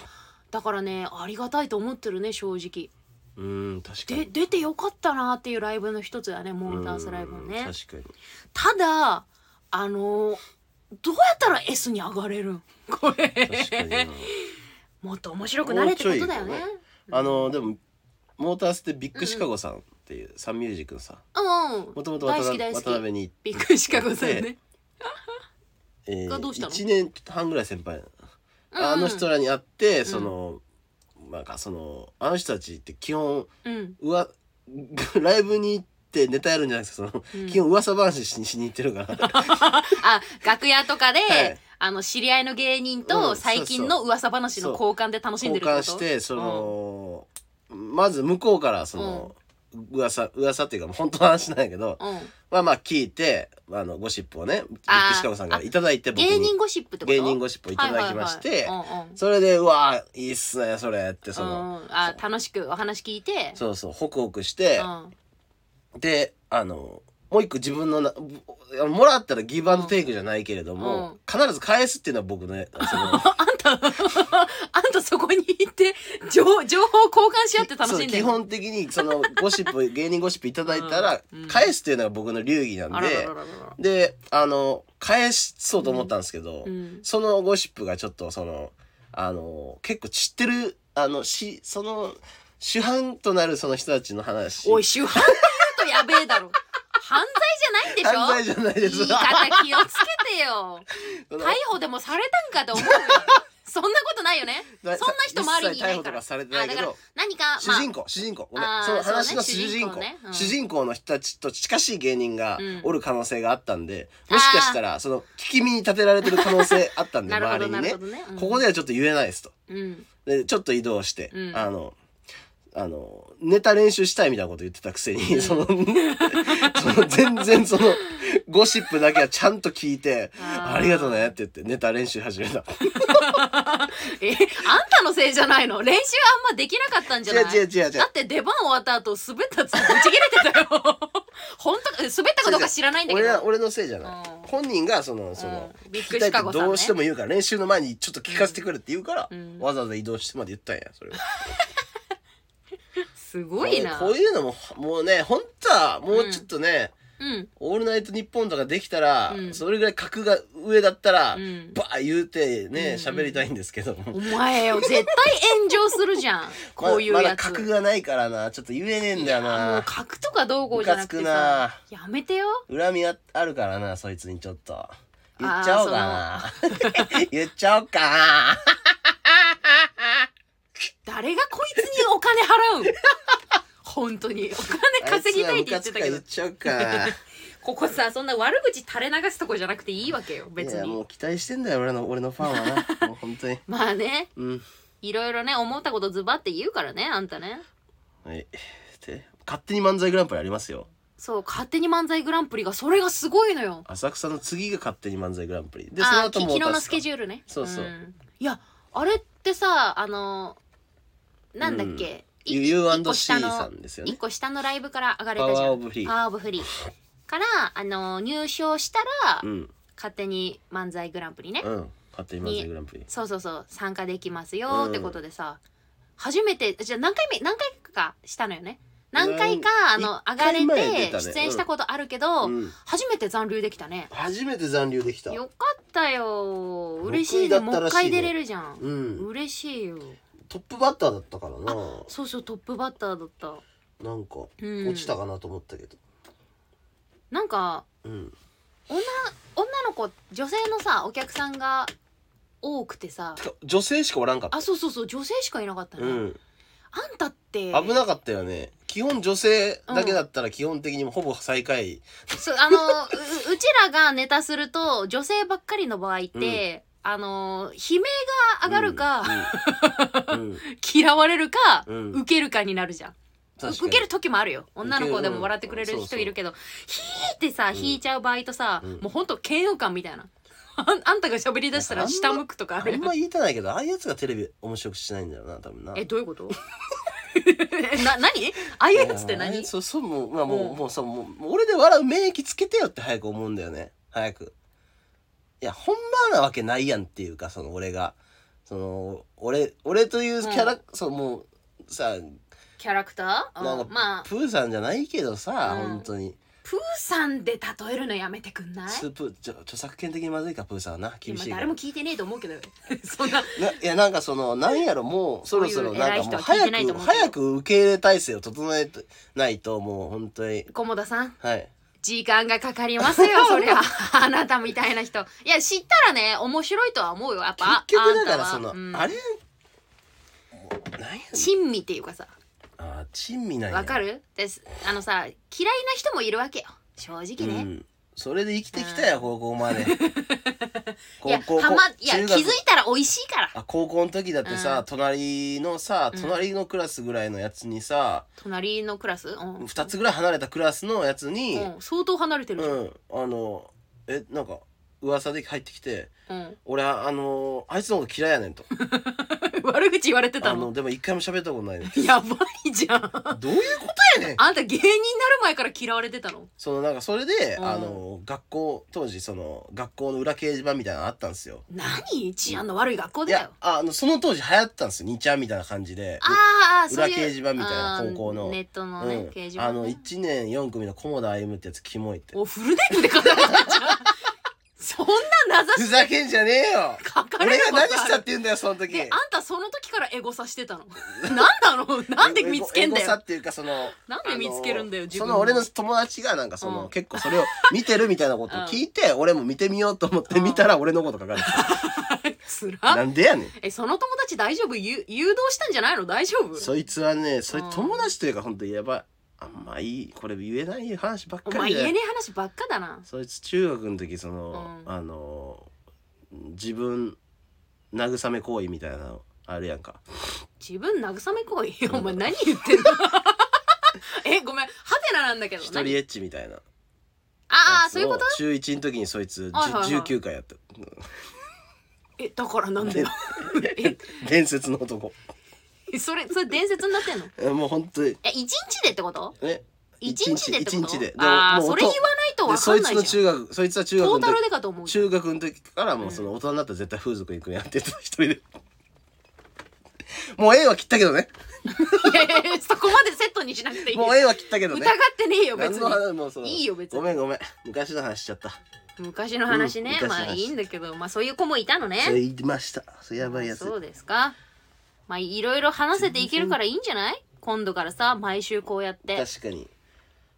S1: だからねありがたいと思ってるね正直
S2: うん確か
S1: で
S2: に
S1: 出てよかったなっていうライブの一つだねモータースライブも
S2: うん
S1: ね
S2: 確かに
S1: ただあのどうやったら S に上がれるんこ
S2: 確かに
S1: れ
S2: な
S1: もっと面白くなれってことだよね
S2: もうちょいあのでもモータースってビッグシカゴさんっていう、サンミュージックのさ
S1: うんうん
S2: もともと
S1: 大
S2: 渡
S1: 好き大好き
S2: 辺に、
S1: びっくりしかございね
S2: えー、
S1: がどうしたの
S2: 1年半ぐらい先輩なの、
S1: うん
S2: あの人らに会ってその、なんかそのあの人たちって基本
S1: うん
S2: うわ [laughs] ライブに行ってネタやるんじゃなくてその、
S1: うん
S2: 基本噂話しにしに行って
S1: [laughs]
S2: るから
S1: あ楽屋とかで、
S2: はい
S1: あの知り合いの芸人
S2: う
S1: と
S2: ん
S1: 最近の噂話の交換で楽しんで
S2: 交
S1: るってこと
S2: 換してその、まず向こうからその、噂噂っていうかもう本当の話なんやけど、
S1: うん、うん
S2: まあまあ聞いてあのゴシップをねビ
S1: あー
S2: ッグシカゴさんからいただいて僕に
S1: 芸人ゴシップってこと
S2: 芸人ゴシップをいただきまして、
S1: はいはいはいうんうん
S2: それでうわーいいっすねそれってその、
S1: うん、あ楽しくお話聞いて
S2: そうそうホクホクして
S1: う、ん
S2: であのもう一個自分のなぶもらったらギブアンドテイクじゃないけれ
S1: う
S2: ども
S1: ん、
S2: 必ず返すっていうのは僕の
S1: [laughs]
S2: その
S1: あんたそこに行って情情報交換し合って楽
S2: そう
S1: しんで
S2: 基
S1: る
S2: 本的にそのゴシップ芸人ゴシップいただいたら
S1: うん
S2: 返すっていうのが僕の流儀なんで、
S1: あらららららら
S2: であの返そうと思ったんですけど、
S1: うん
S2: そのゴシップがちょっとそのあの結構知ってるあのしその主犯となるその人たちの話
S1: おい主犯と言うとやべえだろ犯罪じゃ
S2: 犯
S1: ないん
S2: 罪
S1: でしょ
S2: じゃない
S1: 言い方
S2: です
S1: 気をつけてよ
S2: [laughs] その
S1: 逮捕でもされたんかと思
S2: [laughs]
S1: うよそんなことないよねそんな人周りにいない
S2: 一切逮捕
S1: か
S2: と
S1: ら
S2: かされてないけ
S1: あだ
S2: ど
S1: から何か
S2: 主人公、主人公ごめん
S1: あー
S2: その話の
S1: そう
S2: 主
S1: ね
S2: 人
S1: 主人公
S2: 公主人公,、
S1: ねうん
S2: の人たちと近しい芸人が
S1: うん
S2: おる可能性があったんで、もしかしたらその聞き身に立てられてる可能性あったん
S1: [laughs]
S2: で
S1: なるほ
S2: 周
S1: ど
S2: りに
S1: なる
S2: ね
S1: ほどねうん
S2: ここではちょっと言えないですと
S1: まあうん
S2: でちょっと移動して、
S1: うん
S2: あのあのネタ練習したいみたいなこと言ってたくせに、そのその全然そのゴシップだけはちゃんと聞いて「
S1: あ
S2: あ
S1: ー
S2: りがとうね」って言ってネタ練習始めた。
S1: えあんたのせいじゃないの練習あんまできなかったんじゃない
S2: 違う違う違う違う
S1: だって出番終わった後滑ったやつぶち切れてたよ [laughs] 本当か滑ったかどうか知らないんだけど
S2: 俺は俺のせいじゃない、
S1: うん
S2: 本人がそのその、
S1: うんビ
S2: 聞
S1: ッグ
S2: きた
S1: シ
S2: いっ
S1: カ
S2: て
S1: ゴさんね
S2: どうしても言うから練習の前にちょっと聞かせてくれって言うから、
S1: うん
S2: わざわざ移動してまで言ったんやそれを
S1: すごいな
S2: こういうのももうね本当はもうちょっとね、
S1: うん
S2: オールナイトニッポン」とかできたら、
S1: うん
S2: それぐらい格が上だったら、
S1: うん
S2: バー言うて
S1: う
S2: ね
S1: ん
S2: 喋りたいんですけども、
S1: お前よ絶対炎上するじゃんこういう
S2: [laughs] まだま
S1: や
S2: だ
S1: つ、
S2: 格がないからなちょっと言えねえんだよ
S1: あもう
S2: な
S1: 格とかどうこうじゃなくて
S2: ムカ
S1: さやめてよ
S2: 恨みああるからなそいつにちょっと言っちゃおうかな [laughs] 言っちゃおうかな
S1: 誰がこいつにお金払うん [laughs] 本当にお金稼ぎたいって言ってたけ
S2: あ
S1: ど
S2: いつらムカつくから言っちゃおうか
S1: ここさそんな悪口垂れ流すとこじゃなくていいわけよ [laughs] 別
S2: いやも
S1: に
S2: う期待してんだよ俺の俺のファンは
S1: [laughs]
S2: なもう本当に
S1: まあね
S2: うん
S1: いろいろね思ったことズバって言うからねあんたね
S2: はいで勝手に漫才グランプリありますよ
S1: そう勝手に漫才グランプリがそれがすごいのよ
S2: 浅草の次が勝手に漫才グランプリでその
S1: あーき
S2: 後も
S1: 昨日のスケ
S2: ュ
S1: ジュールね
S2: そうそうん
S1: いやあれってさあのなんだっけ、
S2: うん
S1: い
S2: U&C
S1: 一個下の
S2: さんですよね
S1: 一個下のライブから上がれ
S2: パ
S1: た
S2: ワ
S1: じ
S2: ー
S1: ゃ
S2: オ
S1: ん
S2: ブフリ
S1: パ
S2: ー
S1: ワーオブフリーからあの入賞したら、
S2: うん
S1: 勝手に漫才グランプリね、
S2: うん勝手に漫才グランプリ
S1: そうそうそう参加できますよってことでさ、初めてじゃあ何回目何回かしたのよね何回かあ
S2: うん
S1: の上が
S2: 一回
S1: れ
S2: 前出
S1: て
S2: たね
S1: 出演したことあるけど、
S2: うん
S1: 初めて残留できたね
S2: 初めて残留できた
S1: よかったよ嬉しいね
S2: 6位だ
S1: も
S2: った
S1: う
S2: ら
S1: 一
S2: しいね
S1: 回出れるじゃん、
S2: うん
S1: 嬉しいよ
S2: トップバッターだったからな
S1: そうそうトップバッターだった
S2: なんか
S1: うん
S2: 落ちたかなと思ったけど
S1: なんか
S2: うん
S1: 女女の子女性のさお客さんが多くてさ
S2: 女性しかおらんかった
S1: あそうそうそう女性しかいなかったね、
S2: うん
S1: あんたって
S2: 危なかったよね基本女性だけだったら基本的にほぼ最下位
S1: そうあのううちらがネタすると女性ばっかりの場合って、あの悲鳴が上がるか、
S2: うんうん
S1: 嫌われるか、
S2: うん
S1: 受けるかになるじゃん
S2: 確かに
S1: 受ける時もあるよ女の子でも笑ってくれ
S2: う
S1: る
S2: んそうそ
S1: 人
S2: う
S1: いるけど引いてさ
S2: ん
S1: 引いちゃう場合とさ、
S2: うん
S1: もうほんと嫌悪感みたいなあんあんたが喋り出したら下向くとかあ
S2: あ
S1: る
S2: んま言いたないけどああいうやつがテレビ面白くしないんだよな多分な
S1: えどういうこと [laughs] えな何ああいうやつって
S2: いやあ
S1: 何
S2: れそうそうもう,、まあ、もう、
S1: うん
S2: もうそうもうもう俺で笑う免疫つけてよって早く思うんだよね早くいやほんまなわけないやんっていうかその俺がその俺俺というキャラ、
S1: う
S2: そのもうさ
S1: キャラクター
S2: な
S1: うんん
S2: か
S1: まあ
S2: プーさんじゃないけどさ、
S1: うん
S2: 本当に
S1: プーさんで例えるのやめてくんない
S2: スープ著著作権的にまずいかプーさんはな厳
S1: 今
S2: しいか
S1: 誰
S2: ら
S1: も聞いてねえと [laughs] 思うけどそんな
S2: ないやなんかそのなんやろもうそろそ
S1: そう
S2: ろ
S1: いう
S2: な
S1: 偉
S2: ん
S1: い人
S2: かもう
S1: は聞い
S2: 早
S1: てないと
S2: く
S1: 思うけど
S2: 早く受け入れ体制を整えないともう本当に
S1: 菰田さん
S2: はい
S1: 時間がかかりますよ
S2: [laughs]
S1: そりゃあなたみたいな人いや知ったらね面白いとは思うよやっぱ
S2: 結局
S1: あん
S2: だ
S1: た
S2: から
S1: は
S2: その
S1: うん
S2: あれなんや
S1: 珍味っていうかさ
S2: あー珍味なんや
S1: わかるですあのさ嫌いな人もいるわけよ正
S2: う
S1: 直ね、
S2: んそれで生きてきたよ高校まで
S1: いや
S2: [laughs] 高校
S1: はまいや
S2: 中
S1: 気
S2: 学
S1: づいたら美味しいから
S2: あ高校の時だってさ、
S1: うん
S2: 隣のさ隣のクラスぐらいのやつにさ、
S1: 隣のクラス、うん、
S2: 二2つぐらい離れたクラスのやつに、
S1: うん、相当離れてる
S2: う
S1: じゃん、
S2: ん、あのえなんか噂で入ってきて
S1: うん
S2: 「俺あのあいつのこと嫌いや
S1: [laughs]
S2: ねん」と「
S1: 悪口言われて
S2: あ
S1: た
S2: の
S1: の
S2: でも一回も喋ったことないねん」
S1: やばいじゃん
S2: どういうことやねん
S1: あんた芸人になる前から嫌われてたの
S2: そのなんかそれで、
S1: うん
S2: あの学校当時その学校の裏掲示板みたいなのあったんですよ
S1: 何治安の悪い学校
S2: い
S1: だよ
S2: やあのその当時流行ってたんですよ2ちゃんみたいな感じで
S1: ああそういう
S2: 裏掲示板みたいな
S1: あー
S2: 高校の
S1: ネットのね、
S2: うん
S1: 掲示
S2: あ
S1: 板、
S2: の
S1: ね、
S2: 1年4組の菰田歩夢ってやつキモいって
S1: おフルネームで書かれたじゃん [laughs] そんな名指
S2: ふざけんじゃねえよ
S1: し書かれ
S2: 俺
S1: る
S2: が
S1: [laughs] ことあ
S2: 何
S1: る
S2: したって言うんだよその時
S1: であんたその時からエゴさしてたのなん
S2: [laughs]
S1: だろうなんで見つけんだ
S2: エゴさ
S1: よ
S2: っていうかその
S1: なんで見つけるんだよ
S2: あの
S1: 自分
S2: そ
S1: の
S2: の俺の友達がなんかその、
S1: うん
S2: 結構それを見てるみたいなことを聞いて、俺も見てみようと思って見たら俺のこと書かれ
S1: [laughs]
S2: てた、
S1: つ
S2: な
S1: ら
S2: んでやねん
S1: [laughs] えその友達大丈夫ゆ誘導したんじゃないの大丈夫
S2: そいつはねそれ
S1: うん
S2: 友達というか本当にやばいあんまいいこれ言えない話ばっ
S1: お
S2: か
S1: 前
S2: り
S1: 言え
S2: で
S1: ねえ話ばっかだな
S2: そいつ中学の時その、
S1: うん
S2: あの自分慰め行為みたいなのあるやんか
S1: 自分慰め行為お前何言ってんの [laughs] えごめんハテナなんだけど
S2: 一人エ
S1: 何
S2: ッチみたいなや
S1: ああ
S2: つ
S1: そういう
S2: を
S1: こと
S2: 中1の時にそいつ
S1: はいはいはい
S2: 19回やった
S1: えだからなんだよ [laughs] え
S2: 伝説の男 [laughs]
S1: えそれそれ伝説になってんの
S2: えもう本当に
S1: え一日でってこと
S2: ね
S1: 一日でってこと
S2: 一日ででも
S1: ああ
S2: もう
S1: それ言わないと
S2: で
S1: 分か
S2: そ
S1: ん
S2: い
S1: な
S2: つ
S1: いじゃ
S2: の
S1: ん
S2: 中学そいつは中学
S1: ト
S2: の
S1: ータル
S2: 時
S1: でかと思うよ
S2: 中学の時からもうその大人になったら絶対風俗行くんやって言ってた一人でもう A は切ったけどね
S1: いやいやいやそこまでセットにしなくていい
S2: もう A は切ったけどね
S1: 疑ってねえよ別に
S2: 何の話もうその
S1: いいよ別に
S2: ごめんごめん昔の話しちゃった
S1: 昔の話ね、
S2: うん昔の
S1: ま
S2: 話
S1: あいいんだけどまあそういう子もいたのね
S2: それ言いましたそれやばいやつ
S1: そうですかまあいろいろ話せていけるからいいんじゃない今度からさ毎週こうやって
S2: 確かに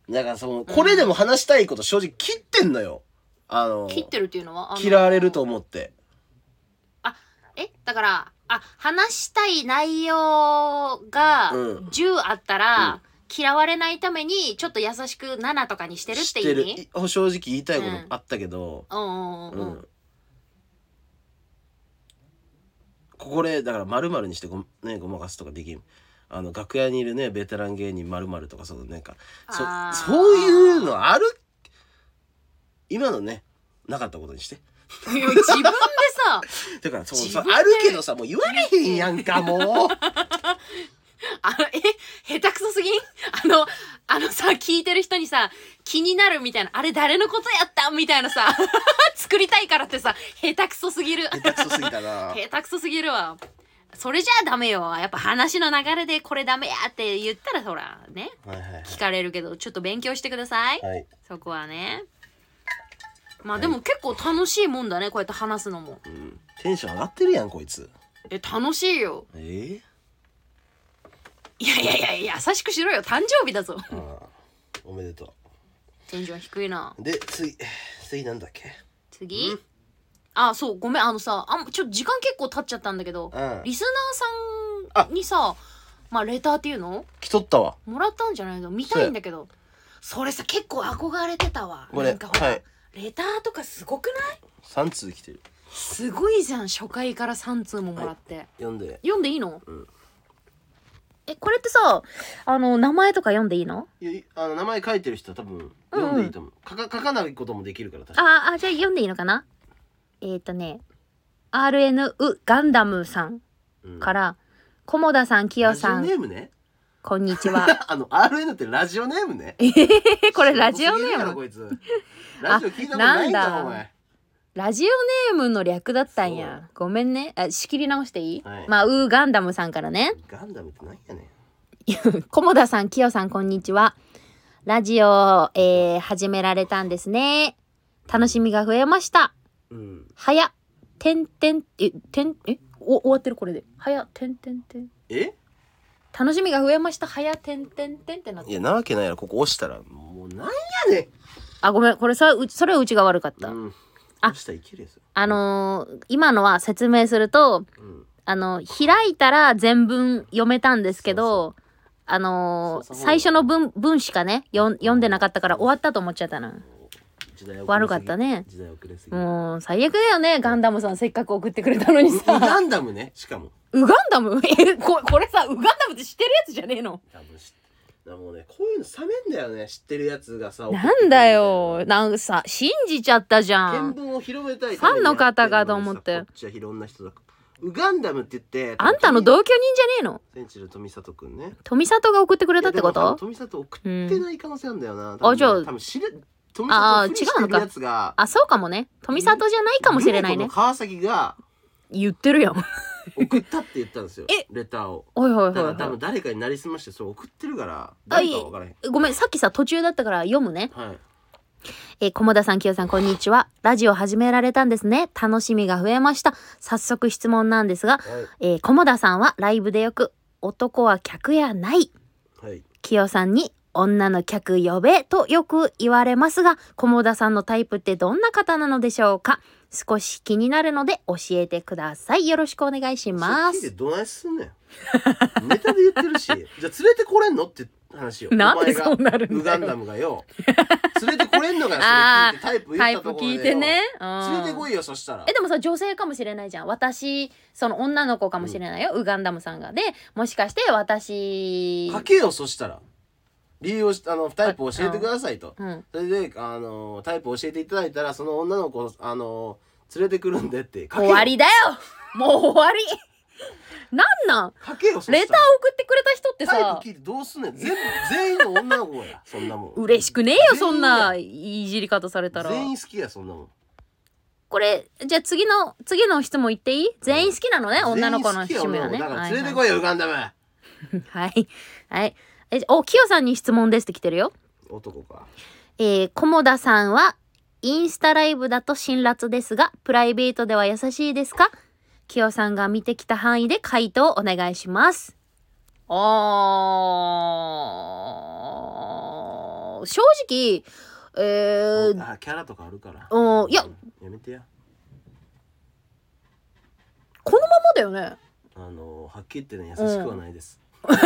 S2: だからそのこれでも話したいこと正直切ってんのよあの
S1: 切ってるっていうのはあの
S2: 嫌われると思って
S1: えだからあ話したい内容が
S2: うん
S1: 10あったら、嫌われないためにちょっと優しく7とかにしてるって意味
S2: い正直言いたいこと
S1: うん
S2: あったけど
S1: うんうんうん、
S2: う、
S1: うんん、
S2: これだから丸々にしてご,、ね、ごまかすとかできんあの楽屋にいるねベテラン芸人丸々とかそのなんかそ
S1: あー
S2: そういうのある今のねなかったことにして
S1: [laughs] いや自分でさ
S2: だからそう
S1: 自
S2: そう
S1: 分で
S2: あるけどさもう言われへんやんかもう
S1: あえ下手くそすぎん [laughs] あのあのさ聞いてる人にさ気になるみたいなあれ誰のことやったみたいなさ [laughs] 作りたいからってさ下手くそすぎる
S2: 下手くそすぎたな
S1: 下手くそすぎるわそれじゃあダメよやっぱ話の流れでこれダメやって言ったらほらね
S2: はいはい
S1: 聞かれるけどちょっと勉強してください、
S2: はい
S1: そこはねまあでも結構楽しいもんだねこうやって話すのも
S2: うんテンション上がってるやんこいつ
S1: え楽しいよ
S2: え
S1: いやいやいや優しくしろよ誕生日だぞ
S2: えああおめでと
S1: テンション低いな
S2: うで次次なんだっけ
S1: 次、あそうごめんあのさあんちょっと時間結構経っちゃったんだけど、
S2: うん
S1: リスナーさんにさまあレターっていうの
S2: 来とったわ
S1: もらったんじゃないの見たいんだけどそれさ結構憧れてたわ
S2: これ
S1: なんかほら、
S2: はい
S1: レターとかすごくない
S2: 3通来てる
S1: すごいじゃん初回から3通ももらって、
S2: 読んで
S1: 読んでいいの、
S2: ん
S1: えこれってさあの名前とか読んでいいの
S2: いやいあの名前書いてる人は多分読んでいいと思う、書か書かないこともできるから確か
S1: あーあじゃあ読んでいいのかなえっ、ー、とね RN うガンダムさん
S2: に、うん、
S1: から「菰田さんきよ
S2: ラジ
S1: さ
S2: オ
S1: ん
S2: ネームね
S1: こんにち [laughs] は
S2: [laughs] あの RN ってラジオネームね」
S1: えこれラジオネ
S2: すげえ
S1: ー
S2: な
S1: ム
S2: こいつラジオ聞いたことないん
S1: あ
S2: だ
S1: なんだ
S2: お前
S1: ラジオネームの略だったんやごめんねあ仕切り直していい、
S2: はい
S1: まあウーガンダムさんからね
S2: ガンダムってなんやねん
S1: 菰田さん、きよさん、こんにちは。ラジオ、えー、始められたんですね。楽しみが増えました。
S2: うん
S1: はや、てんてん、え、てん、え、お、終わってるこれで。はや、てんてんてん。
S2: え
S1: 楽しみが増えました。はや、てんてんてんってなっ
S2: い
S1: て
S2: や
S1: る。
S2: なわけないやろここ押したらもうなんやね
S1: あ、ごめん。これさ、うちそれはうちが悪かっ
S2: ん、
S1: た。
S2: うん、
S1: あ
S2: 押したらいけるやつ
S1: あのー今のは説明すると、
S2: うん
S1: あの、開いたら全文読めたんですけど、あのー
S2: そうそう
S1: 最初の文、文しかね、よん読んでなかったから終わったと思っちゃったの。
S2: 時代遅れすぎ
S1: 悪かったね
S2: 時代遅れすぎう
S1: もう、最悪だよね、ガンダムさんせっかく送ってくれたのに
S2: [laughs]
S1: さ。
S2: ガンダムねしかも
S1: ウガンダム [laughs] え、ここれさ、ウガンダムって知ってるやつじゃねえの
S2: 多分知ってだからもうねこういうの冷めんだよね知ってるやつがさ
S1: なんだよ。なんかさ、信じちゃったじゃ
S2: 見
S1: ん。
S2: 聞を広めたい
S1: ファンの方がと思って
S2: こっちはいろんな人だウガンダムって言って
S1: あんたの同居人じゃねえの
S2: センチル富里くんね
S1: 富里が送ってくれたってこ
S2: いやでも多分
S1: と
S2: 富里送ってない可能性あるんだよな、
S1: じゃあ
S2: 多分知る富
S1: あ
S2: 里
S1: ー
S2: を知ってるやつが
S1: あ、そうかもね。富里じゃないかもしれない
S2: ルネ
S1: ね
S2: ポ。の川崎が
S1: 言ってるやん。
S2: 送ったって言ったんですよ
S1: え
S2: レターを
S1: おいおいお
S2: だ
S1: い
S2: から
S1: お
S2: 多分
S1: い。
S2: 誰かになりすましてそれ送ってるから誰かは分からへん
S1: ごめん、さっきさ、途中だったから読むね。
S2: はい
S1: えー、菰田さん、清さん、こんにちは。ラジオ始められたんですね。楽しみが増えました。早速質問なんですが、えー、菰田さんはライブでよく、男は客やない。
S2: はい、はい、
S1: 清さんに、女の客呼べとよく言われますが、菰田さんのタイプってどんな方なのでしょうか少し気になるので教えてください。よろしくお願いしま。
S2: そっちですどないすん [laughs] ねんネタで言ってるしじゃあ連れてこれんのって話よ
S1: なんで
S2: お前が
S1: そうなるん
S2: ウ
S1: だ
S2: ガ
S1: よ
S2: ンダムがよ連れてこれんのが
S1: [laughs]
S2: それ聞いてタイプ
S1: タイ
S2: 言った
S1: プ
S2: ところ
S1: 聞
S2: でよ
S1: いてね。
S2: 連れてこ
S1: い。
S2: いよそしたら
S1: えでもさ女性かもしれないじゃん私その女の子かもしれないよ、ウガンダムさんがでもしかして私
S2: かけよそしたら理由をしあのタイプを教えてくださいと、
S1: うん
S2: それであのタイプを教えていただいたらその女の子をあの連れてくるんでってかけ
S1: 終
S2: よ
S1: わりだよもう終わりなんなん
S2: かけよそしたら
S1: レター送ってくれた人って
S2: タイ
S1: さ
S2: プ聞いてどうすんねん全部全員の女の子やそんなもん
S1: 嬉しくねえよそんな
S2: 全
S1: いじり方されたら
S2: 全員好きやそんなもん
S1: これじゃあ次の次の質問言っていい全員好きなのね、女の子の
S2: 全
S1: 趣
S2: 員好き
S1: 味
S2: や
S1: はね
S2: 女の子だから
S1: はい
S2: 連れてこいよウガンダム
S1: はいはいえおきよさんに質問ですって来てるよ
S2: 男か
S1: えー、菰田さんはインスタライブだと辛辣ですがプライベートでは優しいですか清さんが見てきた範囲で回答をお願いしますあー正直えー、
S2: あキャラとかあるから
S1: おいや
S2: やめてや
S1: このままだよね
S2: あのはっきり言ってね優しく [laughs] はないです、はっ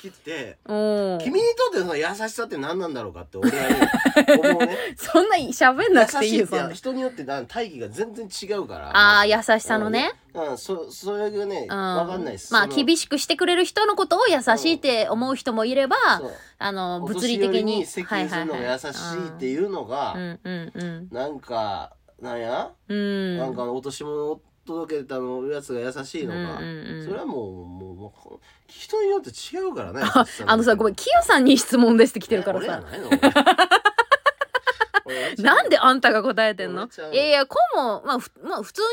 S2: きり言って
S1: うん
S2: 君にとってその優しさって何なんだろうかって俺はね思うね
S1: そんなに喋ん [laughs] なく
S2: 優
S1: てい
S2: し
S1: い
S2: い
S1: よ
S2: っ
S1: そんな
S2: て人によってな大義が全然違うから
S1: ああ
S2: ま
S1: 優しさのね
S2: うん、うんそそれがね、
S1: うん
S2: わかんないです
S1: まあ厳しくしてくれる人のことを優しいって思う人もいれば
S2: そう
S1: あの
S2: お
S1: 物
S2: 年
S1: 理
S2: 寄
S1: 的
S2: り
S1: に
S2: に接近するのが優しいっていうのが、
S1: うんうんうん
S2: なんかなんや、
S1: うん
S2: なんか落とし物を届けたのやつが優しいのか、
S1: うんうんうん
S2: それはもうもうもう人によって違うからね優しさ
S1: [laughs] あのさごめんキヨさんに質問ですって来てるからさ
S2: 俺やないの
S1: なんであんたが答えてん
S2: 俺
S1: の
S2: ちゃう
S1: いやいやこうもまあふまあ普通に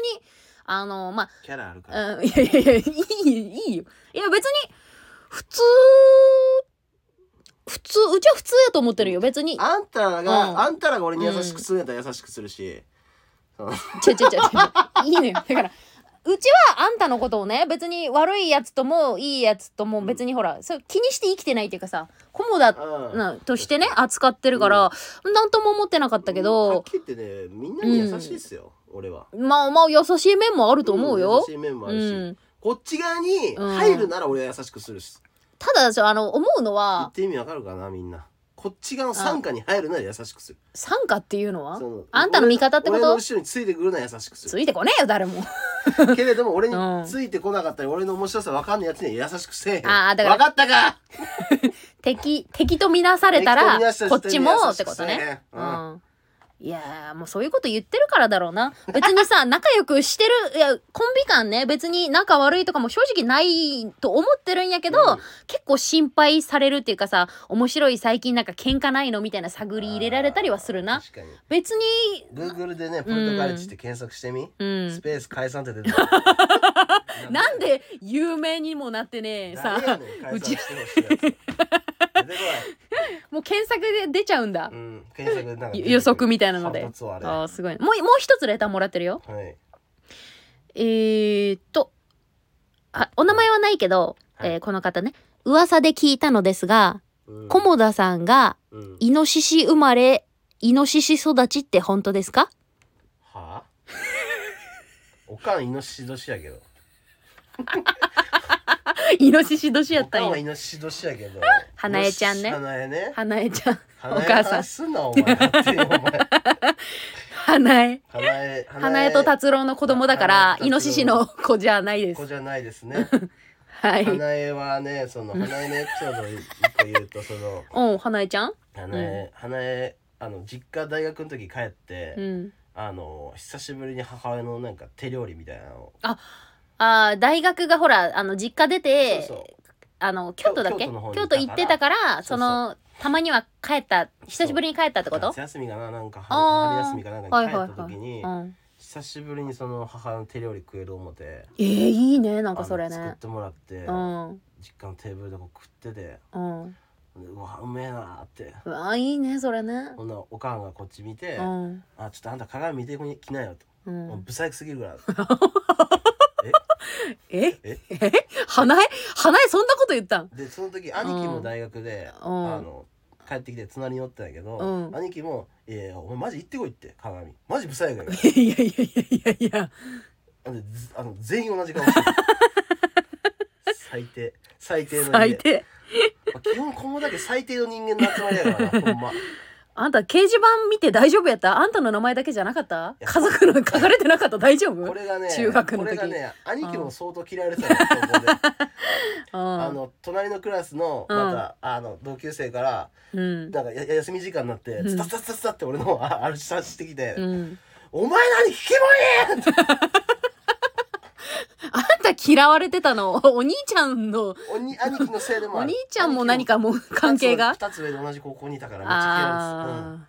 S1: あのま
S2: キャラあるから、
S1: あ、うん、いやいやいやいいいいよいや別に普通普通うちは普通やと思ってるよ別に
S2: あんたらが、
S1: うん
S2: あんたらが俺に優しくするんやったら優しくするし、
S1: [laughs] ちょちょちょちょいいのよだからうちはあんたのことをね別に悪いやつともいいやつとも別にほら、それ気にして生きてないっていうかさコモだ
S2: うん
S1: なとしてね扱ってるから、なんとも思ってなかったけど、
S2: はっきり言ってねみんなに優しいっすよ、俺は
S1: まあまあ優しい面もあると思うよ。
S2: 優しい面もあ
S1: う
S2: るし、
S1: ん、
S2: こっち側に入るなら俺は優しくするし、
S1: ただちょあの思うの
S2: 言っ
S1: は
S2: て意味わかるかなみんなこっち側の傘下に入るなら優しくする
S1: 参加っていうのは
S2: その
S1: あんたの味方ってこ
S2: 俺の
S1: と
S2: 後ろについてくるなら優しくす
S1: つ
S2: る
S1: いてこねえよ誰も [laughs]
S2: けれども俺に
S1: うん
S2: ついてこなかったり俺の面白さわかんないやつには優しくせえへん
S1: あーだから
S2: わかったか
S1: 敵敵と見なされたらこっちもってことね、
S2: ね
S1: うんいやーもうそういうこと言ってるからだろうな別にさ [laughs] 仲良くしてるいやコンビ感ね別に仲悪いとかも正直ないと思ってるんやけど、
S2: うん
S1: 結構心配されるっていうかさ面白い最近なんか喧嘩ないのみたいな探り入れられたりはするな
S2: 確かに
S1: 別に
S2: Google でねポルトガルチって検索してみ、
S1: うん
S2: スペース解散って出てくる
S1: なんで有名にもなってねさ
S2: 誰やねん
S1: うち
S2: 解散してほしいやつ出て
S1: もう検索で出ちゃうんだ
S2: こい、うん、検索でなん
S1: [laughs]
S2: か
S1: 予測みたいなので
S2: 反発をあれ
S1: あーすごいねもうもう一つレターもらってるよ
S2: はい
S1: えー、っとあお名前はないけど、
S2: はい
S1: えーこの方ね噂で聞いたのですが
S2: うん
S1: 菰田さんが
S2: うん
S1: イノシシ生まれイノシシ育ちって本当ですか
S2: はあ [laughs] おかんイノシシ年やけど
S1: イノシシ年や
S2: お
S1: った
S2: かん
S1: ん
S2: は
S1: や
S2: イノシシ年や
S1: [laughs]
S2: けど
S1: 花江ちゃんね
S2: 花江ね
S1: 花江ちゃん
S2: 花江
S1: お母さん
S2: 話すなお前っていうお前
S1: 花江
S2: 花江
S1: 花江と達郎の子供だから
S2: 花
S1: イ
S2: 江と達郎
S1: ノシシの子じゃないで
S2: 子
S1: す
S2: じゃないで
S1: [laughs]
S2: すね
S1: はい
S2: 花江はねその花江のエピソードを一個言うとその
S1: うん花江ちゃん
S2: 花江、花江あの実家大学の時帰って、
S1: うん
S2: あの久しぶりに母親のなんか手料理みたいなのを、
S1: あー大学がほらあの実家出て
S2: そうそう
S1: あの京都だっけ
S2: 京都の方に
S1: 京都行ってたから
S2: そ
S1: そう
S2: そう
S1: のたまには帰った久しぶりに帰ったってこと
S2: 夏休みかななんか
S1: あー
S2: 春休みかなんかに帰った時に、
S1: うん
S2: 久しぶりにその母の手料理食える思て
S1: えー、いいねな
S2: なん
S1: かそれ
S2: 作っ
S1: ね
S2: てもらって、
S1: うんうん
S2: 実家のテーブルでこう食ってて
S1: うん
S2: でうわうめえなーって
S1: うわいいねそれね
S2: ほんならおかんがこっち見て「
S1: うん
S2: あちょっとあんた鏡見てきなよ」
S1: う
S2: と「もうんブサイクすぎるから」
S1: え
S2: え
S1: え花江花江そんなこと言ったん
S2: でその時兄貴も大学で、
S1: うん
S2: あの帰ってきて隣におったんやけど、
S1: うん
S2: 兄貴も「いやいやお前マジ行ってこい」って鏡マジブサイ
S1: [laughs]
S2: クやか
S1: いやいやいやいやいや
S2: らでずあの全員同じ
S1: [laughs]
S2: 顔してる最低最低の人間
S1: 最低
S2: まあ基本このだけ最低の人間の集まりやからなほ
S1: [laughs]
S2: んま
S1: あんた掲示板見て大丈夫やったあんたの名前だけじゃなかった
S2: や
S1: 家族の書かれてなかった大丈夫
S2: これがね
S1: 中学の時
S2: これがね兄貴も相当嫌われてたよ高校で
S1: う
S2: あ
S1: ん
S2: の隣のクラスのまた、あの同級生から
S1: うん
S2: なんかやや休み時間になって
S1: うん
S2: ツタツタツタツタって俺のあ歩きさしてきて「
S1: うん、
S2: お前何ひもねえ!」
S1: あんた嫌われてたのお兄ちゃんの
S2: おに兄貴のせいでも
S1: お
S2: ある
S1: 兄ちゃんも何かもう関係が
S2: 2つ上で同じ高校にいたからめっちゃ嫌です、